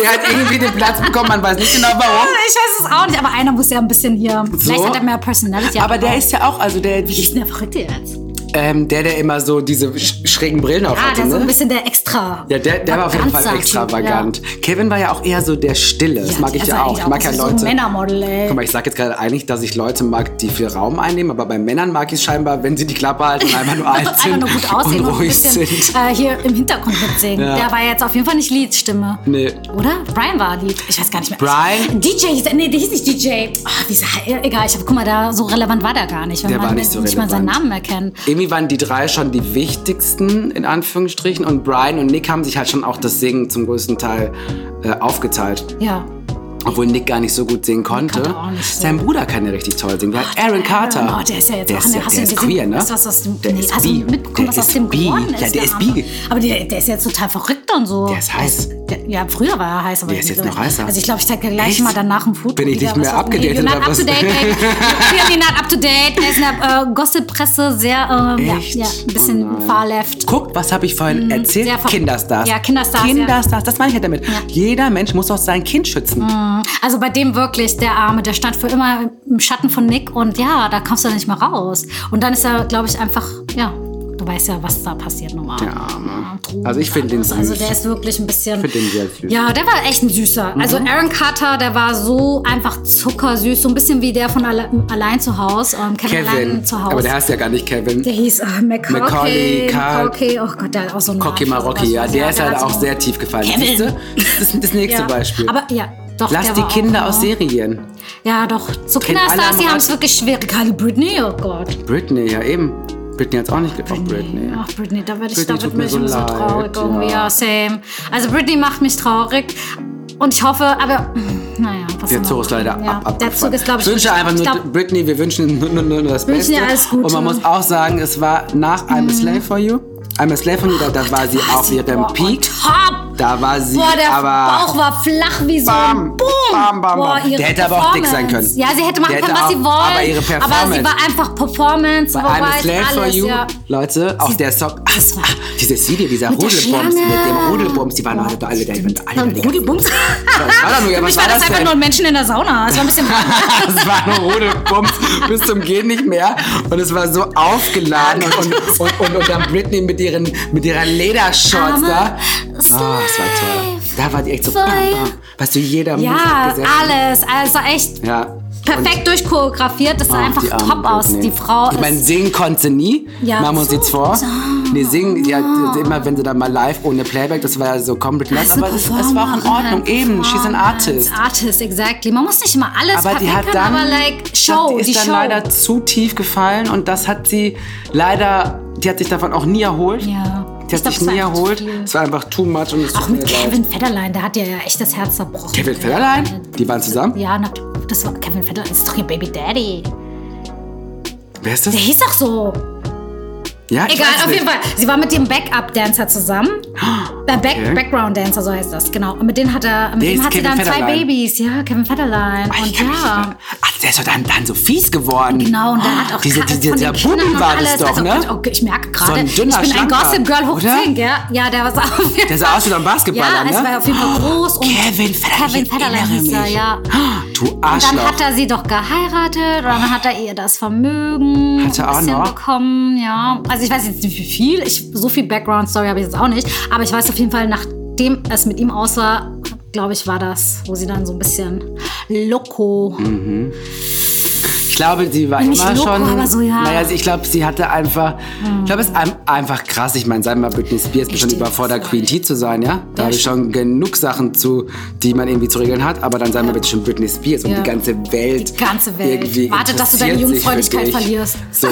der hat irgendwie den Platz bekommen, man weiß nicht genau warum.
Ich weiß es auch nicht, aber einer muss ja ein bisschen hier. Vielleicht hat er mehr Personality.
Aber der ist ja auch, also der,
Wie hieß denn der Verrückte jetzt?
ähm, der, der immer so diese sch- schrägen Brillen auf
Ah,
hatte,
der ist so ein
ne?
bisschen der extra.
Ja, der, der war auf jeden Fall
Ganzer
extravagant. Kevin war ja auch eher so der Stille.
Typ,
Das mag ich
also
ja auch.
eigentlich
Ich mag ja
so ein
Leute.
Männermodel, ey.
Guck mal, ich sag jetzt gerade eigentlich, dass ich Leute mag, die viel Raum einnehmen, aber bei Männern mag ich es scheinbar, wenn sie die Klappe halten und einfach nur alt
einfach
Ah, sind
nur gut aussehen
und
und, ein
ruhig
bisschen
sind.
äh, hier im Hintergrund mitsingen. Der war jetzt auf jeden Fall nicht Leadstimme.
Nee.
Oder? Brian war Lied. Ich weiß gar nicht mehr.
Brian?
DJ hieß er. Nee, der hieß nicht DJ. Ah, wie sa- egal, ich hab, guck mal, da so relevant war der gar nicht. Wenn
Der
man
war nicht so
mal seinen
relevant.
Namen erkennt.
Irgendwie waren die drei schon die wichtigsten, in Anführungsstrichen. Und Brian und Nick haben sich halt schon auch das Singen zum größten Teil äh, aufgeteilt.
Ja.
Obwohl Nick gar nicht so gut singen konnte.
konnte auch nicht so.
Sein Bruder kann ja richtig toll singen. Der Aaron Carter.
Oh, der ist ja jetzt
der
auch
ist,
hast du
der ist
gesehen,
queer, ne?
Weißt du, was aus dem,
der
nee,
ist
hast du
bi.
mitbekommen,
der
was aus
ist
dem
bi.
geworden ist?
Ja, der ist
Arme?
bi.
Aber der, der ist jetzt total verrückt und so.
Der ist heiß.
Der, ja, früher war er heiß, aber
Der ist jetzt noch heißer.
Also ich glaube, ich zeige dir gleich
Echt?
mal danach ein Foto.
Bin ich
wieder,
nicht mehr
was-
abgedatet
Nee, you're
oder
not up to
was?
date,
*laughs*
ey. You're clearly not up to date. Er ist in der äh, Gossip-Presse sehr, äh, ja,
Echt?
ja, ein bisschen
Oh nein.
far left.
Guck, was habe ich vorhin erzählt?
sehr ver-
Kinderstars.
Mhm. Ja, Kinderstars, ja.
Kinderstars, das meine ich halt damit. Jeder Mensch muss auch sein Kind schützen.
Also bei dem wirklich, der Arme, der stand für immer im Schatten von Nick und ja, da kommst du nicht mehr raus. Und dann ist er, glaube ich, einfach, ja, du weißt ja, was da passiert normal.
Der Arme. Also ich finde den süß.
Also der ist wirklich ein bisschen.
Ich finde den sehr süß. Mhm.
Ja, der war echt ein süßer. Also Aaron Carter, der war so einfach zuckersüß, so ein bisschen wie der von Alle allein zu Haus, ähm, Kevin,
Kevin.
allein zu Haus.
Aber der heißt ja gar nicht Kevin.
Der hieß äh,
Macaulay,
Macaulay,
Carl-
Macaulay, oh Gott, der hat auch so einen
Cocky
Namen.
Marocki, ja, der ist halt
hat
auch
so-
sehr tief gefallen.
Kevin.
Siehst du? Das ist das nächste
ja.
Beispiel.
Aber ja, doch.
Lass
der
die
war
Kinder
auch,
aus Serien.
Ja, doch. So
Kennt alle am
Kinderstars, die
Rad.
haben es wirklich schwer. Gerade Britney, oh Gott.
Britney, ja eben. Britney hat es auch nicht getroffen. Britney.
Ach, Britney, da werde ich,
Britney
da
tut
wird
mir
mir
so
so, so
leid,
traurig
ja.
irgendwie. Ja, same. Also Britney macht mich traurig. Und ich hoffe, aber naja, was
Der
soll
Zug
man
ist leider
machen?
ab, ab,
Der Zug
abgefahren.
ist, glaube ich,
wünsche einfach nur
ich glaub,
Britney, wir wünschen nur, nur, nur das
Wünschen
Beste.
ihr alles Gute. Mhm.
Und man muss auch sagen, es war nach I'm a Slave for You. I'm a Slave for You, da, da war sie auf ihrem
boah,
Peak.
Top!
Da war sie
Boah, der
aber
Bauch war flach wie so
Bam,
ein Boom.
bam, bam,
Boah,
bam.
ihre
Der hätte aber auch dick sein
Performance.
können.
Ja, sie hätte machen
Der
können,
hätte
was sie
auch-
wollte.
aber ihre
Aber sie
Performance.
war einfach Performance.
I'm a
Wortweit,
Slave for
alles,
You.
Ja.
Leute, auch der Ah, Song. Ach,
Das war-
ach, dieses Video, dieser
Mit der
Rudelbums, mit dem
Schlange.
Rudelbums, die waren alle da, alle da, alle da, alle da.
Rudelbums.
Was war da nur? Ja,
Für mich
was war
war das
das
einfach
denn?
nur ein Menschen in der Sauna. Es war ein bisschen
*laughs* Es war eine Rudelbums bis zum Gehen nicht mehr. Und es war so aufgeladen. Und, und, und, und, und dann Britney mit, ihren, mit ihrer Ledershorts da. Oh, es war toll. Da war die echt so bam, bam. Weißt du, jeder Move
Ja,
abgesetzt.
alles. Also echt
Ja.
perfekt durchchoreografiert. Das sah
Ah,
einfach
die arme
top aus.
Britney.
Die Frau
Ich meine,
ist.
singen konnte sie nie.
Ja,
Machen wir uns
so.
jetzt vor. Nee, singen, ja, immer wenn sie dann mal live ohne Playback, das war ja so komplett nass.
ist eine
Aber es, es war auch in
Performerin,
Ordnung. Eben, she's an
Performance,
artist.
Artist, exactly. Man muss nicht immer alles
Aber die
perfekt
hat dann,
können, aber like
die
Show,
ist
die
dann
Show.
leider zu tief gefallen und das hat sie leider, die hat sich davon auch nie erholt.
Ja.
Die
Ich
hat
glaub,
sich
es war
nie
einfach zu
erholt.
viel.
Es war einfach too much und es
Auch
tut mir
mit
leid.
Kevin Federline, da hat ihr ja echt das Herz zerbrochen.
Kevin Federline? Die waren zusammen?
Ja, na, das war Kevin Federline, das ist doch ihr Baby Daddy.
Wer ist das?
Der hieß doch so.
Ja, ich
Egal,
weiß
auf
nicht.
jeden Fall. Sie war mit dem Backup-Dancer zusammen. Äh, Back Background-Dancer, so heißt das, genau. Und mit denen hat er, mit
Der
dem
ist
hat
Kevin
sie dann
Federline. Oh,
zwei Babys. Ja, Kevin Federline. Und
Ah, Ich kann mich nicht
ja.
erinnern. Ach, der ist doch dann, dann so fies geworden. Ah,
Genau, und dann hat auch
Diese-
Karte
diese-
von
dieser
den Kindern
Bubi
und
war das
alles.
doch,
also,
ne?
Gott, Okay, ich merke gerade,
So ein
ich bin
dünner,
ein
schlanker,
Gossip Girl hoch
oder?
10, ja? Ja, der war auf jeden
Der sah
Fall-
aus wie so ein Basketballer,
Ja, es
ne?
war auf jeden Fall groß. Und
Kevin Federle,
Kevin
ich
Federle
erinnere
hieß er,
mich.
ja.
Ah, Du
Und dann
Arschloch.
hat er sie doch geheiratet, und dann hat er ihr das Vermögen
Hat er
ein
auch
bisschen
noch?
bekommen, ja. Also ich weiß jetzt nicht wie viel, ich, so viel Background-Story habe ich jetzt auch nicht, aber ich weiß auf jeden Fall, nachdem es mit ihm aus war, glaube ich, war das, wo sie dann so ein bisschen loco
Ich glaube, sie war
Nicht
immer
Loco,
schon.
aber so, ja. Hm.
Naja, ich glaube, sie hatte einfach. Ich glaube, es ist ein- einfach krass. Ich meine, sei mal Britney Spears
Ich
bestimmt
stehe
überfordert,
voll.
Queen T zu sein, ja? Da habe ich schon genug Sachen zu, die man irgendwie zu regeln hat. Aber dann sei mal bitte schon Britney Spears und
Ja.
die ganze Welt.
Die ganze Welt.
irgendwie
Warte, dass du deine
interessiert sich für
Jungfräulichkeit
dich.
verlierst.
So,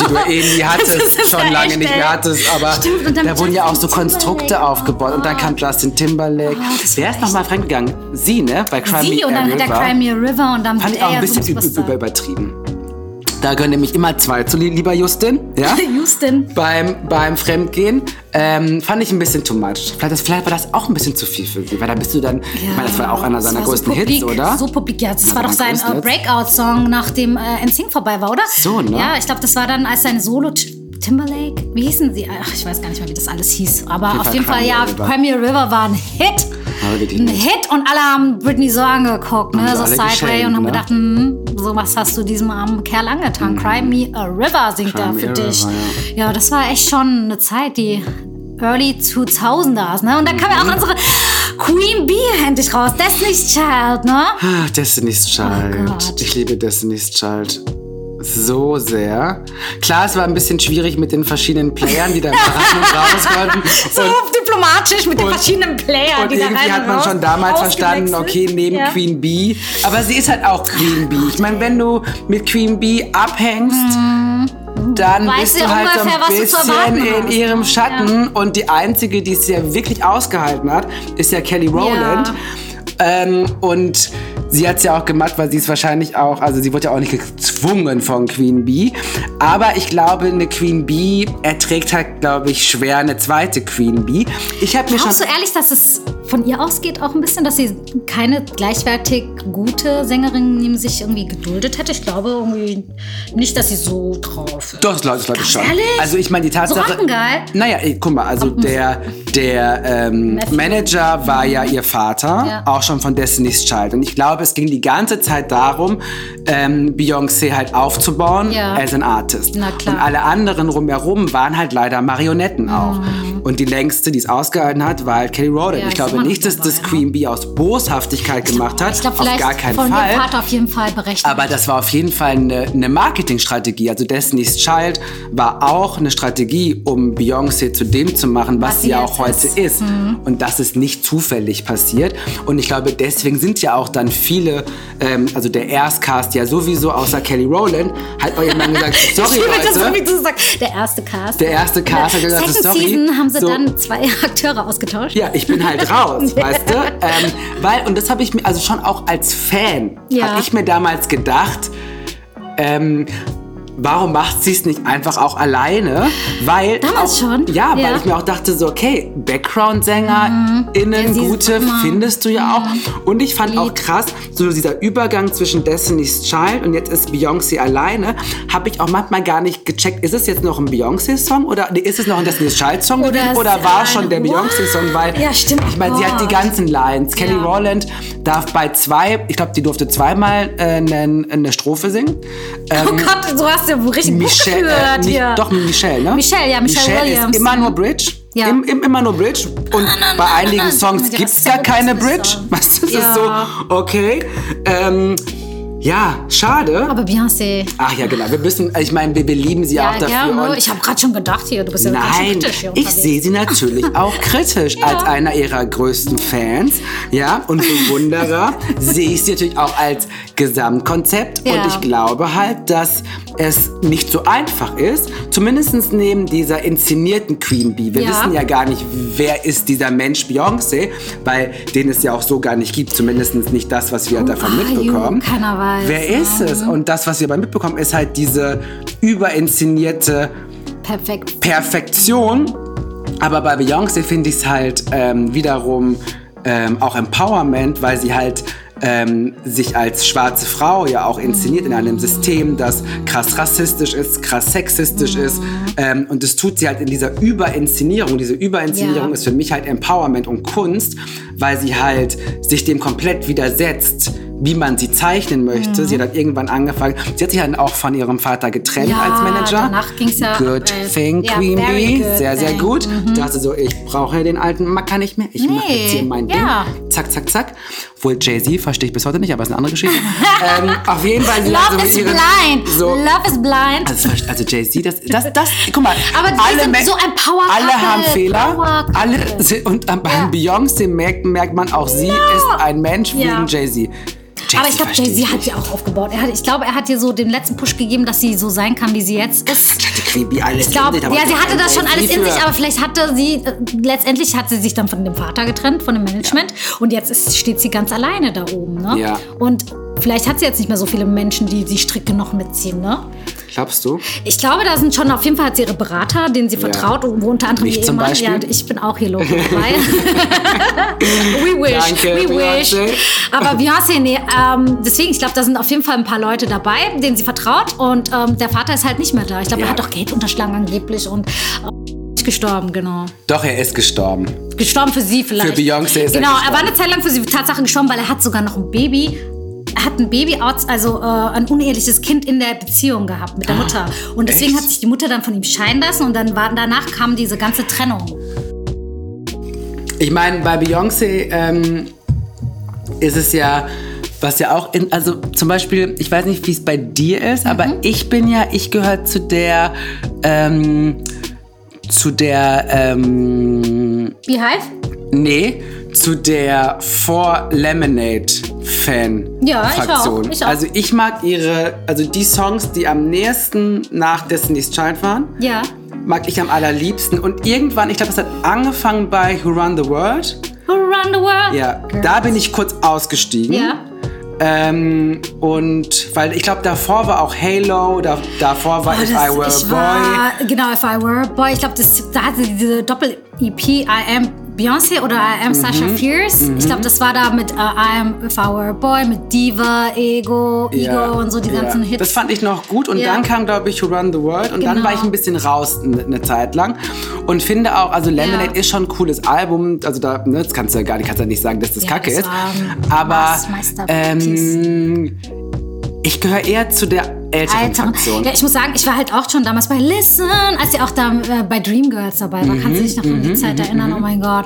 die du eben
*laughs*
nie
Das
hattest,
ist
schon
ja
lange
echt,
nicht
ey.
mehr hattest. Aber
Stimmt, und dann
da wurden ja auch so
Justin Timberlake. Ah.
Konstrukte aufgebaut. Und dann kam Justin Timberlake.
das
Wer
war
ist nochmal fremdgegangen? Sie, ne? Bei Crime
sie
Me
und dann hat
Ariel
er
war.
Crimea River und dann
Fand
wird
ich auch
er ja
ein
so
bisschen
ein
üb- üb-
Superstar.
übertrieben. Da gönne mich immer zwei zu, li- lieber Justin.
*laughs*
Ja?
Houston.
beim, beim Fremdgehen ähm, fand ich ein bisschen too much. Vielleicht, das, vielleicht war das auch ein bisschen zu viel für sie, weil da bist du dann, ich meine, das war auch einer
Das
seiner
war so
größten
publik,
Hits, oder?
So publik, ja. Das
Einer
war doch
seiner
sein
größten
äh,
Hits.
Breakout-Song, nachdem äh, NSYNC vorbei war, oder?
So, ne?
Ja, ich glaube, das war dann als sein Solo T- Timberlake. Wie hießen sie? Ach, ich weiß gar nicht mehr, wie das alles hieß. Aber auf
Fall
jeden Fall,
Crimea
ja,
River.
Premier River war ein Hit.
Aber wirklich
Ein
nicht.
Hit und alle haben Britney so angeguckt, ne?
Haben sie
So Sideway
alle geschämt,
und haben
ne?
gedacht, hm, so was hast du diesem armen Kerl angetan. Cry Me a River singt
Mhm. Cry
er
Me
für
a
dich.
River, ja.
Ja, das war echt schon eine Zeit, die Early 2000ers, ne? Und dann kam ja
Mhm.
auch unsere Queen Bee endlich raus, Destiny's Child,
*laughs*
ne?
Ah, Destiny's
Oh
Child. ich liebe Destiny's Child. So sehr. Klar, es war ein bisschen schwierig mit den verschiedenen Playern,
*laughs*
die da rein und raus wollten.
So
Und-
diplomatisch mit den
und-
verschiedenen Playern,
Und
die da
irgendwie
rein
hat man
raus
schon damals verstanden,
ausgewechselt.
okay, neben
Ja.
Queen Bee. Aber sie ist halt auch Queen Bee. Ich meine, wenn du mit Queen Bee abhängst, dann
Mhm. Weißt
bist
du
du halt so
ungefähr,
ein
was du zu erwarten
bisschen in
hast.
ihrem Schatten. Und die Einzige, die es ja wirklich ausgehalten hat, ist ja Kelly Rowland.
Ja.
Ähm, und sie hat es ja auch gemacht, weil sie es wahrscheinlich auch, also sie wurde ja auch nicht gezwungen von Queen Bee. Aber ich glaube, eine Queen Bee erträgt halt, glaube ich, schwer eine zweite Queen Bee. Ich habe mir schon
Glaubst du ehrlich, dass es von ihr ausgeht auch ein bisschen, dass sie keine gleichwertig gute Sängerin neben sich irgendwie geduldet hätte? Ich glaube irgendwie nicht, dass sie so drauf ist.
Doch, das glaube ich, glaub ich schon.
ehrlich?
Also ich meine, die
So
Tatsache...
rattengeil.
naja, ey, guck mal, also der, der ähm,
Matthew.
Manager war ja ihr Vater,
Ja.
auch schon von Destiny's Child. Und ich glaube, es ging die ganze Zeit darum, ähm, Beyoncé halt aufzubauen
Ja.
als ein Artist.
Na klar.
Und alle anderen rumherum waren halt leider Marionetten auch. Und die längste, die es ausgehalten hat, war halt Kelly Rowland.
Mhm. Ja,
ich
ist immer
glaube
noch
nicht, dass das
dabei, ne?
Queen Bee aus Boshaftigkeit gemacht hat.
Ich glaube,
auf
vielleicht
gar keinen
von
Fall.
dem Vater auf jeden Fall berechnet.
Aber das war auf jeden Fall eine, eine Marketingstrategie. Also Destiny's Child war auch eine Strategie, um Beyoncé zu dem zu machen, was,
Was
sie
sie
ja auch
jetzt
heute ist.
Mhm.
Und das ist nicht zufällig passiert. Und ich glaube, deswegen sind ja auch dann viele, ähm, also der Erstcast ja sowieso, außer Kelly Rowland, hat irgendwann gesagt, sorry
*laughs* ich liebe das, so, wie
Leute.
du sagst. Der erste Cast.
Der erste Cast hat
In der
gesagt,
Second
sorry.
Season haben sie
So.
dann zwei *laughs* Akteure ausgetauscht.
Ja, ich bin
*laughs*
halt raus, weißt du? Ähm, weil, und das habe ich mir, also schon auch als Fan,
Ja.
habe ich mir damals gedacht, ähm, warum macht sie es nicht einfach auch alleine? Weil.
Damals
auch,
schon?
Ja, weil
Ja. Mhm.
ich mir auch dachte, so, okay, Background-SängerInnen,
Ja, sie- Mhm.
gute,
guck mal.
findest du ja auch. Und ich fand auch krass, so dieser Übergang zwischen Destiny's Child und jetzt ist Beyoncé alleine, habe ich auch manchmal gar nicht gecheckt, ist es jetzt noch ein Beyoncé-Song oder nee, ist es noch ein Destiny's Child-Song
Oder
gewesen
ist
oder war es
ein-
schon der
What?
Beyoncé-Song? Weil
Ja, stimmt.
ich meine, sie hat die
Gott.
ganzen Lines. Kelly
Ja.
Rowland darf bei zwei, ich glaube, die durfte zweimal äh, eine, eine Strophe singen.
Oh Gott, so hast du richtig Michelle,
ähm,
Buch
Michelle, äh,
geführt
nicht,
hier.
doch Michelle, ne?
Michelle, ja, Michelle Williams.
ist immer nur Bridge.
Ja.
Im, im, immer nur Bridge. Und bei einigen Songs
Ja,
gibt es gar
Sam
keine
Smith
Bridge. *laughs*
Song.
Was das ist
Ja.
so? Okay. Ähm, ja, schade.
Aber Beyoncé.
Ach ja, genau. Wir müssen, ich meine, wir, wir lieben sie auch
Ja,
dafür.
gerne.
und-
Ich habe gerade schon gedacht hier, du bist ja ganz schön
Nein,
kritisch hier
ich
unterwegs.
sehe
*laughs*
sie natürlich auch kritisch als einer ihrer größten Fans, ja, und Bewunderer
*laughs*
sehe ich sie natürlich auch als Gesamtkonzept und
Ja.
ich glaube halt, dass es nicht so einfach ist, zumindest neben dieser inszenierten Queen Bee. Wir
Ja.
wissen ja gar nicht, wer ist dieser Mensch Beyoncé, weil den es ja auch so gar nicht gibt, zumindest nicht das, was
Oh,
wir davon
are you?
mitbekommen.
Keiner weiß,
Wer
ne?
ist es? Und das, was wir dabei mitbekommen, ist halt diese überinszenierte
Perfekt.
Perfektion. Aber bei Beyoncé finde ich es halt ähm, wiederum ähm, auch Empowerment, weil sie halt ähm, sich als schwarze Frau ja auch inszeniert in einem System, das krass rassistisch ist, krass sexistisch ist. Ähm, und das tut sie halt in dieser Überinszenierung. Diese Überinszenierung
Ja.
ist für mich halt Empowerment und Kunst, weil sie halt sich dem komplett widersetzt, wie man sie zeichnen möchte. Sie hat halt irgendwann angefangen, sie hat sich halt auch von ihrem Vater getrennt
Ja,
als Manager.
danach ging's ja-
Good
äh,
thing,
ja,
Queen
very
Bee.
good
Sehr, sehr
thing. Mhm.
gut. Da hast du so, ich brauche den alten Macker nicht mehr. Ich mache
Nee,
jetzt hier mein
ja.
Ding. Zack, zack, zack. Wohl Jay-Z verstehe ich bis heute nicht, aber ist eine andere
*laughs*
Geschichte. ähm, auf jeden Fall. sie hat so
Love
mit
is
ihren-
blind.
So,
Love is blind.
also, das- also Jay-Z, das, das, das, guck mal.
Aber die
alle
sind
Mac-
so ein Power
Alle
Couple,
haben Fehler.
Power Couple.
Alle sind, und bei Beyoncé merkt, merkt man auch, sie ist ein Mensch
Ja.
wegen Jay-Z.
Aber ich glaube,
verstehe
Jay-Z
nicht.
hat sie auch aufgebaut. Er hat, ich glaube, er hat ihr so den letzten Push gegeben, dass sie so sein kann, wie sie jetzt ist.
Die Queen Bee alles
Ich glaube,
in sich,
ja,
aber
sie
doch
hatte
kein
das schon
Jay-Z
alles in
für-
sich, aber vielleicht hatte sie, äh, letztendlich hat sie sich dann von dem Vater getrennt, von dem Management. Und jetzt ist, steht sie ganz alleine da oben. Ne?
Ja.
Und vielleicht hat sie jetzt nicht mehr so viele Menschen, die die Stricke noch mitziehen. Ne?
Glaubst du?
Ich glaube, da sind schon auf jeden Fall hat sie ihre Berater, denen sie vertraut, und wo unter anderem
Mich
ihr
zum
Ehemann.
Beispiel?
Ja, ich bin auch hier logisch
*laughs*
dabei. *laughs* We wish,
Danke,
we wish.
Beyoncé.
Aber Beyoncé, nee, ähm, deswegen, ich glaube, da sind auf jeden Fall ein paar Leute dabei, denen sie vertraut und ähm, der Vater ist halt nicht mehr da. Ich glaube,
Ja.
er hat doch Geld unterschlagen angeblich und äh, ist gestorben, genau.
Doch, er ist gestorben.
Gestorben für sie vielleicht.
Für Beyoncé ist er
Genau, er,
gestorben.
war eine Zeit lang für sie Tatsache gestorben, weil er hat sogar noch ein Baby. Er hat ein Baby, outs- also äh, ein uneheliches Kind in der Beziehung gehabt mit der Mutter. Und deswegen
Ah, echt?
hat sich die Mutter dann von ihm scheiden lassen und dann war, danach kam diese ganze Trennung.
Ich meine, bei Beyoncé ähm, ist es ja, was ja auch, in, also zum Beispiel, ich weiß nicht, wie es bei dir ist, aber
Mhm.
ich bin ja, ich gehöre zu der, ähm, zu der, ähm,
Beehive?
nee, zu der For Lemonade Fan.
Ja, ich auch,
Fraktion.
ich auch.
Also ich mag ihre, also die Songs, die am nächsten nach Destiny's Child waren,
Ja.
mag ich am allerliebsten. Und irgendwann, ich glaube, es hat angefangen bei Who Run the World.
Who run the world?
Ja, da bin ich kurz ausgestiegen.
Ja.
Ähm, und weil ich glaube, davor war auch Halo, da, davor war
Oh,
If
das-
I Were
ich
a Boy.
war, Genau, If I Were a Boy. Ich glaube, das- da hatte sie diese Doppel-EP I Am Beyoncé oder I Am Sasha
Mhm.
Fierce. Ich glaube, das war da mit äh, I Am If I Were a Boy, mit Diva, Ego,
Ja,
Ego und so die
ja.
ganzen Hits.
Das fand ich noch gut und
Ja.
dann kam, glaube ich, Who Run the World und dann
Genau.
war ich ein bisschen raus eine ne Zeit lang und finde auch, also Lemonade
Ja.
ist schon ein cooles Album, also da, ne, das kannst du ja gar nicht, kannst ja nicht sagen, dass das
Ja,
kacke
das
ist,
war ein
aber
Mas- Meisterpiece.
ähm, ich gehöre eher zu der älteren
Alter.
Fraktion.
Ja, ich muss sagen, ich war halt auch schon damals bei Listen, als sie auch da äh, bei Dreamgirls dabei war. Kannst du dich noch an die
Mhm.
Zeit erinnern? Oh mein Gott,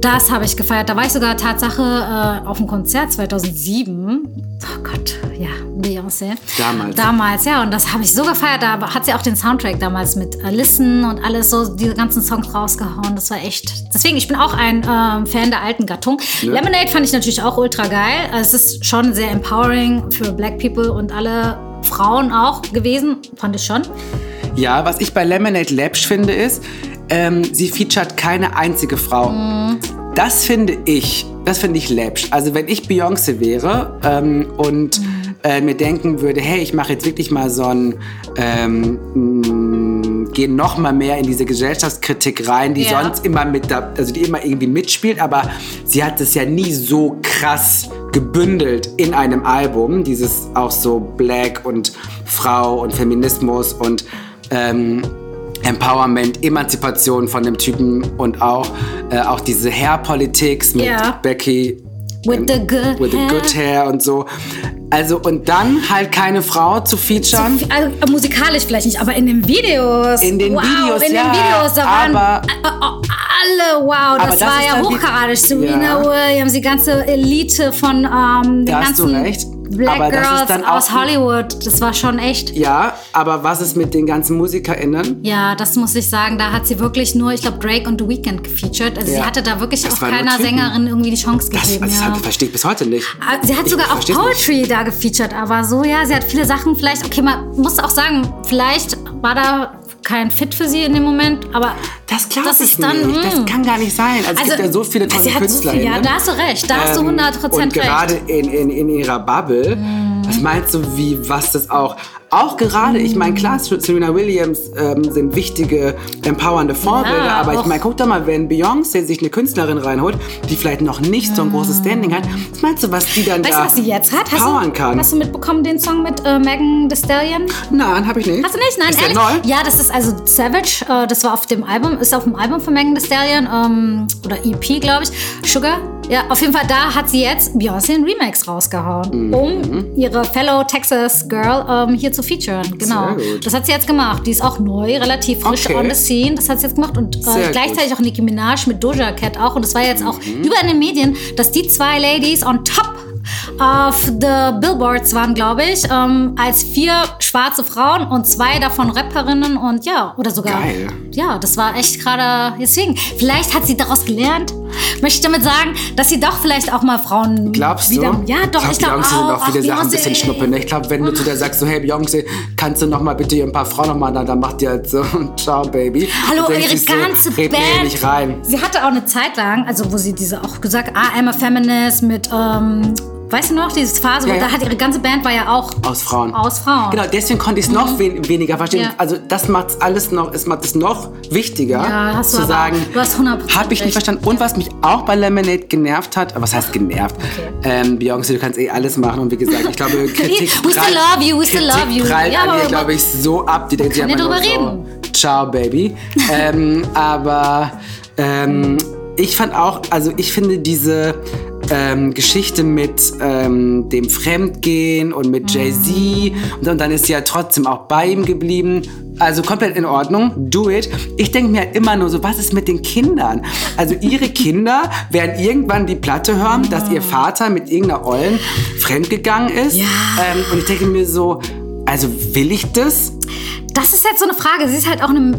das habe ich gefeiert. Da war ich sogar Tatsache äh, auf einem Konzert 2007. Oh Gott, ja, Beyoncé.
Damals.
Damals, ja. Und das habe ich so gefeiert. Da hat sie auch den Soundtrack damals mit äh, Listen und alles so, diese ganzen Songs rausgehauen. Das war echt. Deswegen, ich bin auch ein ähm, Fan der alten Gattung. Lemonade fand ich natürlich auch ultra geil. Es ist schon sehr empowering für Black People und alle Frauen auch gewesen. Fand ich schon.
Ja, was ich bei Lemonade Labsch finde, ist, ähm, sie featuret keine einzige Frau. Das finde ich, das finde ich läppsch. Also wenn ich Beyoncé wäre ähm, und äh, mir denken würde, hey, ich mache jetzt wirklich mal so ein, ähm, gehe noch mal mehr in diese Gesellschaftskritik rein, die
Ja.
sonst immer mit, da, also die immer irgendwie mitspielt, aber sie hat es ja nie so krass gebündelt in einem Album, dieses auch so Black und Frau und Feminismus und ähm, Empowerment, Emanzipation von dem Typen und auch, äh, auch diese Hair Politics mit
Ja.
Becky.
With the good
with the
hair.
good hair und so. Also, und dann halt keine Frau zu featuren.
Also, äh, musikalisch vielleicht nicht, aber in den Videos.
In den
wow,
Videos,
in
ja,
den Videos, da waren
aber-
äh, äh, alle, wow,
Aber
das,
das
war
ist
ja
dann wie-
hochkarätig. Serena
Ja.
Williams, die ganze Elite von ähm, den
Da hast du
ganzen
recht.
Black
Aber das ist
Girls
dann auch
aus
die-
Hollywood. Das war schon echt.
Ja, aber was ist mit den ganzen MusikerInnen?
Ja, das muss ich sagen. Da hat sie wirklich nur, ich glaube, Drake und The Weeknd gefeatured. Also
Ja.
sie hatte da wirklich
Das
auch
waren nur
keiner
Typen.
Sängerin irgendwie die Chance
Das,
gegeben.
das
ja.
hab- verstehe ich bis heute nicht.
Ah, Sie hat
Ich
sogar auch
versteh's nicht.
Poetry da gefeatured, aber so, ja, sie hat viele Sachen vielleicht, okay, man muss auch sagen, vielleicht war da kein Fit für sie in dem Moment, aber
Das glaube
Das
ich
ist dann, hm.
nicht. Das
mh.
kann gar nicht sein. Also, es gibt ja so viele
also
tolle
sie hat so
Künstler.
viel- Ja, da hast du recht, Mhm. da hast du
Ähm,
100%
Und
recht.
gerade in, in, in ihrer Bubble Was meinst du, wie, was das auch? Auch gerade, ich meine, klar, Serena Williams ähm, sind wichtige, empowernde Vorbilder,
Ja,
aber ich
auch.
meine, guck doch mal, wenn Beyoncé sich eine Künstlerin reinholt, die vielleicht noch nicht so ein großes Standing hat, was meinst du, was die dann
Mhm. Weißt
da
du, was sie jetzt hat? Hast
powern
du,
kann?
hast du mitbekommen den Song mit äh, Megan Thee Stallion?
Nein, habe ich nicht.
Hast du nicht? Nein,
Ist der
ehrlich?
neu?
Ja, das ist also Savage. Äh, das war auf dem Album, ist auf dem Album von Megan Thee Stallion ähm, oder EP, glaube ich. Sugar. Ja, auf jeden Fall, da hat sie jetzt Beyoncé einen Remix rausgehauen,
Mhm.
um ihre Fellow Texas Girl ähm, hier zu featuren. Genau.
Sehr gut.
Das hat sie jetzt gemacht. Die ist auch neu, relativ frisch
Okay.
on the scene. Das hat sie jetzt gemacht. Und
Sehr
äh, gleichzeitig auch Nicki Minaj mit Doja Cat auch. Und das war jetzt auch
Mhm.
über in den Medien, dass die zwei Ladies on top auf the Billboards waren, glaube ich, ähm, als vier schwarze Frauen und zwei davon Rapperinnen und ja, oder sogar.
Geil.
Ja, das war echt gerade. Deswegen, vielleicht hat sie daraus gelernt. Möchte ich damit sagen, dass sie doch vielleicht auch mal Frauen
Glaubst
wieder.
du?
Ja, doch, ich oh, glaube
Beyoncé sind auch viele Sachen ein bisschen schnuppern.
schnuppern.
Ich glaube, wenn du zu der sagst, so, hey Beyoncé, kannst du noch mal bitte hier ein paar Frauen noch mal, dann, dann macht die halt so, *laughs* ciao Baby.
Hallo,
Und denkt
ihre
sich so,
ganze
red mir hier
Band.
nicht rein.
Sie hatte auch eine Zeit lang, also wo sie diese auch gesagt, ah, I'm a Feminist mit, ähm, weißt du noch, diese Phase,
Ja,
wo
ja.
da hat ihre ganze Band war ja auch
Aus Frauen.
aus Frauen. Mhm.
Genau, deswegen konnte ich es noch wen weniger verstehen.
Ja.
Also das macht es alles noch, es macht es noch wichtiger,
Ja, hast du
zu
aber-
sagen,
du hast 100%
habe ich nicht
recht.
verstanden. Und was mich auch bei Lemonade genervt hat, was heißt genervt? Ähm, Beyoncé, du kannst eh alles machen und wie gesagt,
*laughs*
ich glaube, Kritik
We still
prallt-
love you, we still
Kritik
love you.
prallt
Ja,
an ihr,
aber-
glaube ich, so ab. Die denkt sich
kann
einfach
ja drüber
nur so, Ciao, Baby. ähm, aber ähm, ich fand auch, also ich finde diese ähm, Geschichte mit ähm, dem Fremdgehen und mit Jay-Z und, dann- dann ist sie ja trotzdem auch bei ihm geblieben. Also komplett in Ordnung, do it. Ich denke mir halt immer nur so, was ist mit den Kindern? Also ihre Kinder werden irgendwann die Platte hören, dass ihr Vater mit irgendeiner Ollen fremdgegangen ist. Ähm, und ich denke mir so, also will ich das?
Das ist jetzt so eine Frage. Sie ist halt auch eine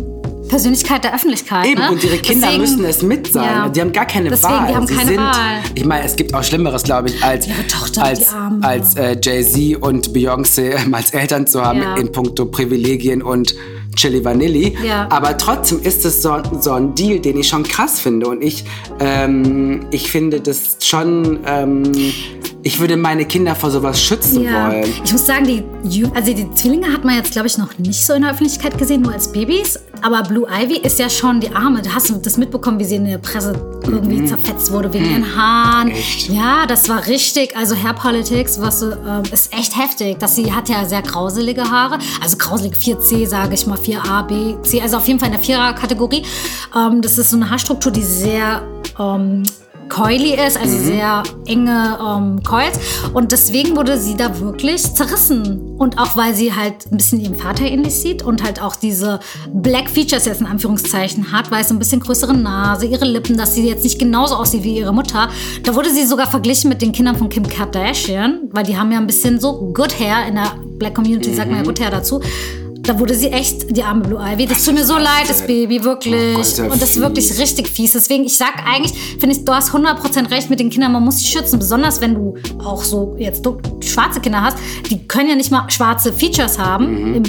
Persönlichkeit der Öffentlichkeit.
Eben,
ne?
und ihre Kinder
Deswegen-
müssen es mit sein.
Ja.
Die haben gar keine
Deswegen,
Wahl.
Die haben
Sie
keine
sind,
Wahl.
Ich meine, es gibt auch Schlimmeres, glaube ich, als,
Tochter, die
als,
Arme.
als äh, Jay-Z und Beyoncé ähm, als Eltern zu haben
Ja.
in puncto Privilegien und Chili Vanilli.
Ja.
Aber trotzdem ist es so, so ein Deal, den ich schon krass finde. Und ich, ähm, ich finde das schon. Ähm, ich würde meine Kinder vor sowas schützen
Ja,
wollen.
ich muss sagen, die, Ju- also die Zwillinge hat man jetzt, glaube ich, noch nicht so in der Öffentlichkeit gesehen, nur als Babys. Aber Blue Ivy ist ja schon die Arme. Da hast du das mitbekommen, wie sie in der Presse irgendwie zerfetzt wurde wegen ihren Haaren. Ja, das war richtig. Also Hair Politics was, so, ähm, ist echt heftig. Dass sie hat ja sehr grauselige Haare. Also grauselig 4C, sage ich mal, 4A, B, C. Also auf jeden Fall in der Vierer-Kategorie. Ähm, das ist so eine Haarstruktur, die sehr... Ähm, coily ist, also
Mhm.
sehr enge ähm, Coils. Und deswegen wurde sie da wirklich zerrissen. Und auch weil sie halt ein bisschen ihrem Vater ähnlich sieht und halt auch diese Black Features jetzt in Anführungszeichen hat, weil es ein bisschen größere Nase, ihre Lippen, dass sie jetzt nicht genauso aussieht wie ihre Mutter. Da wurde sie sogar verglichen mit den Kindern von Kim Kardashian, weil die haben ja ein bisschen so Good Hair in der Black Community, sagt
Mhm.
man ja Good Hair dazu. Da wurde sie echt die arme Blue Ivy. Das tut mir so leid, das Baby, wirklich.
Oh Gott, ist ja
und das ist wirklich
fies.
richtig fies. Deswegen, ich sag eigentlich, finde ich, du hast 100% recht mit den Kindern. Man muss sie schützen, besonders wenn du auch so jetzt du- schwarze Kinder hast. Die können ja nicht mal schwarze Features haben,
Mhm.
im,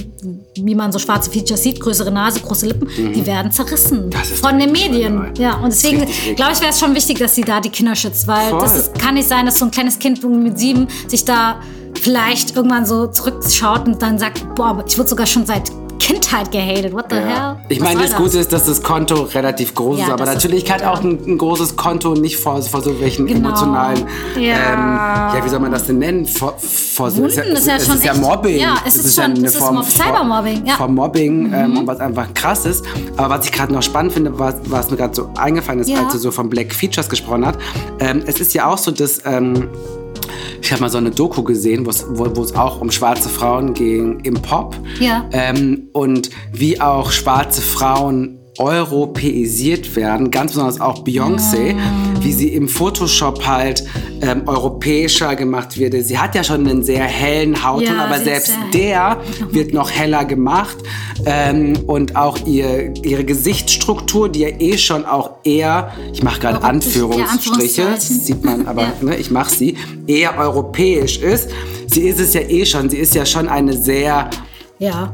wie man so schwarze Features sieht, größere Nase, große Lippen. Die werden zerrissen
Mhm. Das ist
von den
richtig
Medien.
normal.
Ja, und deswegen
Richtig, richtig.
glaube ich, wäre es schon wichtig, dass sie da die Kinder schützt, weil
Voll.
das ist, kann nicht sein, dass so ein kleines Kind mit sieben sich da vielleicht irgendwann so zurückschaut und dann sagt, boah, ich wurde sogar schon seit Kindheit gehatet. What the hell?
Ich
Was
meine,
soll
das Gute ist, dass das Konto relativ groß
Ja,
ist, aber
das ist
natürlich kann auch ein, ein großes Konto nicht vor, vor so welchen
Genau.
emotionalen,
Ja.
Ähm, ja, wie soll man das denn nennen? Vor, vor so,
Wunden ist ja
es
schon
ist ja
echt-
Mobbing.
Ja, es ist schon- es ist Mob-
vor-
Cybermobbing, ja. Mhm.
Vor Mobbing, ähm, und was einfach krass ist. Aber was ich gerade noch spannend finde, was, was mir gerade so eingefallen ist,
Ja.
als du so von Black Features gesprochen hast, ähm, es ist ja auch so, dass... Ähm, ich habe mal so eine Doku gesehen, wo es- wo wo es auch um schwarze Frauen ging im Pop.
Ja.
Ähm, und wie auch schwarze Frauen europäisiert werden, ganz besonders auch Beyoncé, wie sie im Photoshop halt ähm, europäischer gemacht wird. Sie hat ja schon einen sehr hellen Hautton,
Ja,
aber
sie ist
selbst
sehr hell.
der der wird noch heller gemacht. Ähm, und auch ihr, ihre Gesichtsstruktur, die ja eh schon auch eher, ich mache gerade
Europäisch, ja,
Also Anführungsstriche,
Anführungszeichen.
sieht man aber, ne, ich mache sie, eher europäisch ist. Sie ist es ja eh schon, sie ist ja schon eine sehr
Ja.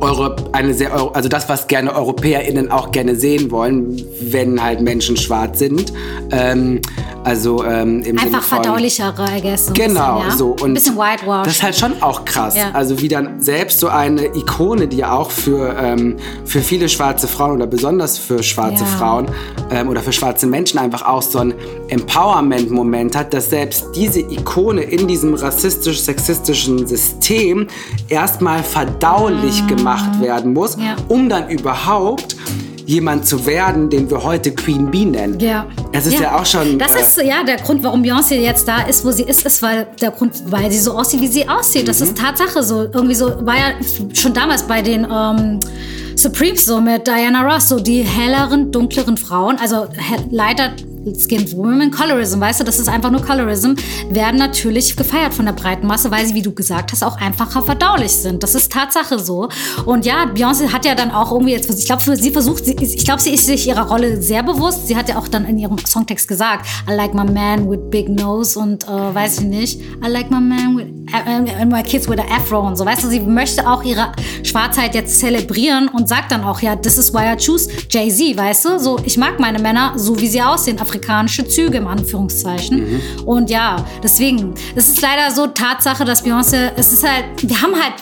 eure, eine sehr, Euro- also das, was gerne EuropäerInnen auch gerne sehen wollen, wenn halt Menschen schwarz sind. Ähm, also ähm, im Sinne
Einfach
von-
verdaulichere, I guess. So ein
Genau,
bisschen, ja?
so.
Ein bisschen
Das ist
whitewash.
halt schon auch krass.
Ja.
Also wie dann selbst so eine Ikone, die ja auch für, ähm, für viele schwarze Frauen oder besonders für schwarze
Ja.
Frauen ähm, oder für schwarze Menschen einfach auch so ein Empowerment-Moment hat, dass selbst diese Ikone in diesem rassistisch-sexistischen System erstmal verdaulich gemacht werden muss,
Mhm. Ja.
um dann überhaupt jemand zu werden, den wir heute Queen Bee nennen.
Ja.
Es ist ja, auch schon...
Das
äh,
ist ja der Grund, warum Beyoncé jetzt da ist, wo sie ist, ist weil der Grund, weil sie so aussieht, wie sie aussieht. Das ist Tatsache so. Irgendwie so war ja schon damals bei den ähm, Supremes so mit Diana Ross so die helleren, dunkleren Frauen, also he- leider Skinned Women, Colorism, weißt du, das ist einfach nur Colorism, werden natürlich gefeiert von der breiten Masse, weil sie, wie du gesagt hast, auch einfacher verdaulich sind. Das ist Tatsache so. Und ja, Beyoncé hat ja dann auch irgendwie jetzt, ich glaube, sie versucht, sie, ich glaube, sie ist sich ihrer Rolle sehr bewusst. Sie hat ja auch dann in ihrem Songtext gesagt, I like my man with big nose und äh, weiß ich nicht, I like my man with, äh, and my kids with a afro und so. Weißt du, sie möchte auch ihre Schwarzheit jetzt zelebrieren und sagt dann auch, ja, this is why I choose Jay-Z, weißt du? So, ich mag meine Männer so, wie sie aussehen, afrikanische Züge im Anführungszeichen. Und ja, deswegen, es ist leider so Tatsache, dass Beyoncé, es ist halt, wir haben halt,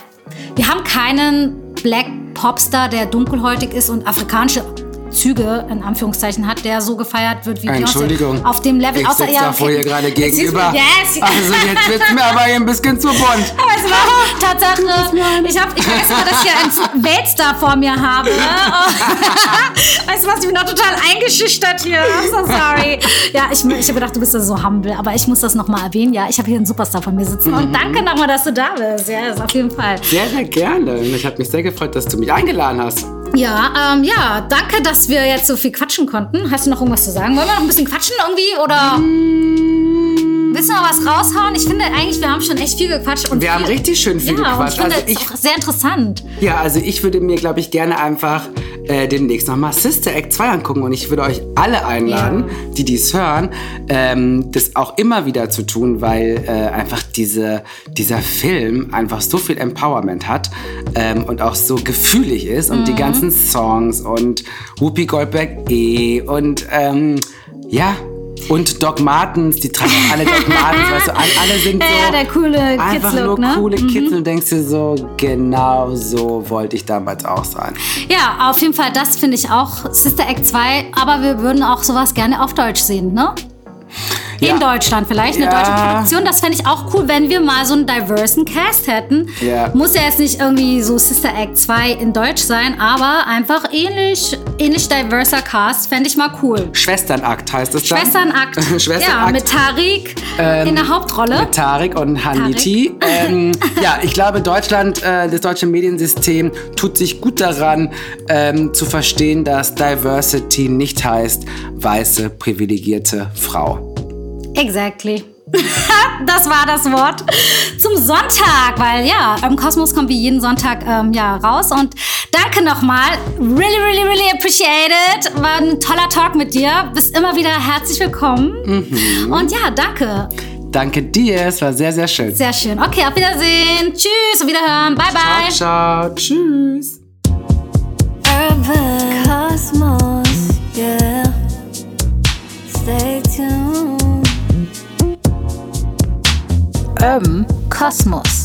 wir haben keinen Black Popstar, der dunkelhäutig ist und afrikanische Züge in Anführungszeichen hat, der so gefeiert wird wie Beyoncé.
Entschuldigung.
Auf dem Level,
ich
außer
sitz
ja,
da vor
okay.
ihr gerade
Excuse me,
gegenüber.
Yes. *laughs*
*laughs* Also jetzt wird's mir aber hier ein bisschen zu bunt.
Weißt du
*laughs*
was? Tatsache, ich, hab, ich weiß immer, dass ich einen Weltstar vor mir habe.
*laughs*
Oh. Weißt du was, ich bin doch total eingeschüchtert hier. I'm so sorry. Ja, ich, ich habe gedacht, du bist ja so humble, aber ich muss das nochmal erwähnen. Ja, ich habe hier einen Superstar vor mir sitzen
Mhm.
und danke nochmal, dass du da bist. Ja, ist auf jeden Fall.
Sehr, sehr gerne. Und Ich habe mich sehr gefreut, dass du mich eingeladen hast.
Ja, ähm, ja, danke, dass wir jetzt so viel quatschen konnten. Hast du noch irgendwas zu sagen? Wollen wir noch ein bisschen quatschen irgendwie oder...
Mm.
Willst du noch was raushauen? Ich finde eigentlich, wir haben schon echt viel gequatscht. Und
Wir haben
viel-
richtig schön viel
ja, und ich
gequatscht.
finde
also
es
ich,
auch sehr interessant.
ja, also ich würde mir, glaube ich, gerne einfach äh, demnächst nochmal Sister Act 2 angucken und ich würde euch alle einladen, die dies hören, ähm, das auch immer wieder zu tun, weil äh, einfach diese, dieser Film einfach so viel Empowerment hat ähm, und auch so gefühlig ist und die ganzen Songs und Whoopi Goldberg E und ähm, ja. Und Doc Martens, die tragen alle Doc Martens, weißt du, alle, alle sind so
Ja, der coole
einfach nur
Kids-Look, ne?
coole Kids und denkst dir so, genau so wollte ich damals auch sein.
Ja, auf jeden Fall, das finde ich auch Sister Act 2, aber wir würden auch sowas gerne auf Deutsch sehen, ne?
Ja.
In Deutschland vielleicht, eine
Ja.
deutsche Produktion. Das fände ich auch cool, wenn wir mal so einen diversen Cast hätten.
Ja.
Muss ja jetzt nicht irgendwie so Sister Act 2 in Deutsch sein, aber einfach ähnlich, ähnlich diverser Cast fände ich mal cool.
Schwesternakt heißt es dann.
Schwesternakt.
*laughs* Schwesternakt. Ähm,
Ja, mit Tarik in der Hauptrolle.
Mit Tarek und Haniti. Ähm, ja, ich glaube, Deutschland, äh, das deutsche Mediensystem tut sich gut daran, ähm, zu verstehen, dass Diversity nicht heißt weiße, privilegierte Frau.
Exactly. *laughs* das war das Wort zum Sonntag, weil ja, im Kosmos kommt wie jeden Sonntag ähm, ja raus und danke nochmal. Really, really, really appreciate it. War ein toller Talk mit dir. Bist immer wieder herzlich willkommen. Und ja, danke.
Danke dir, es war sehr, sehr schön.
Sehr schön. Okay, auf Wiedersehen. Tschüss, auf Wiederhören. Bye, bye.
Ciao, ciao, tschüss.
Urban Cosmos, yeah. Stay tuned.
Urban Kosmos.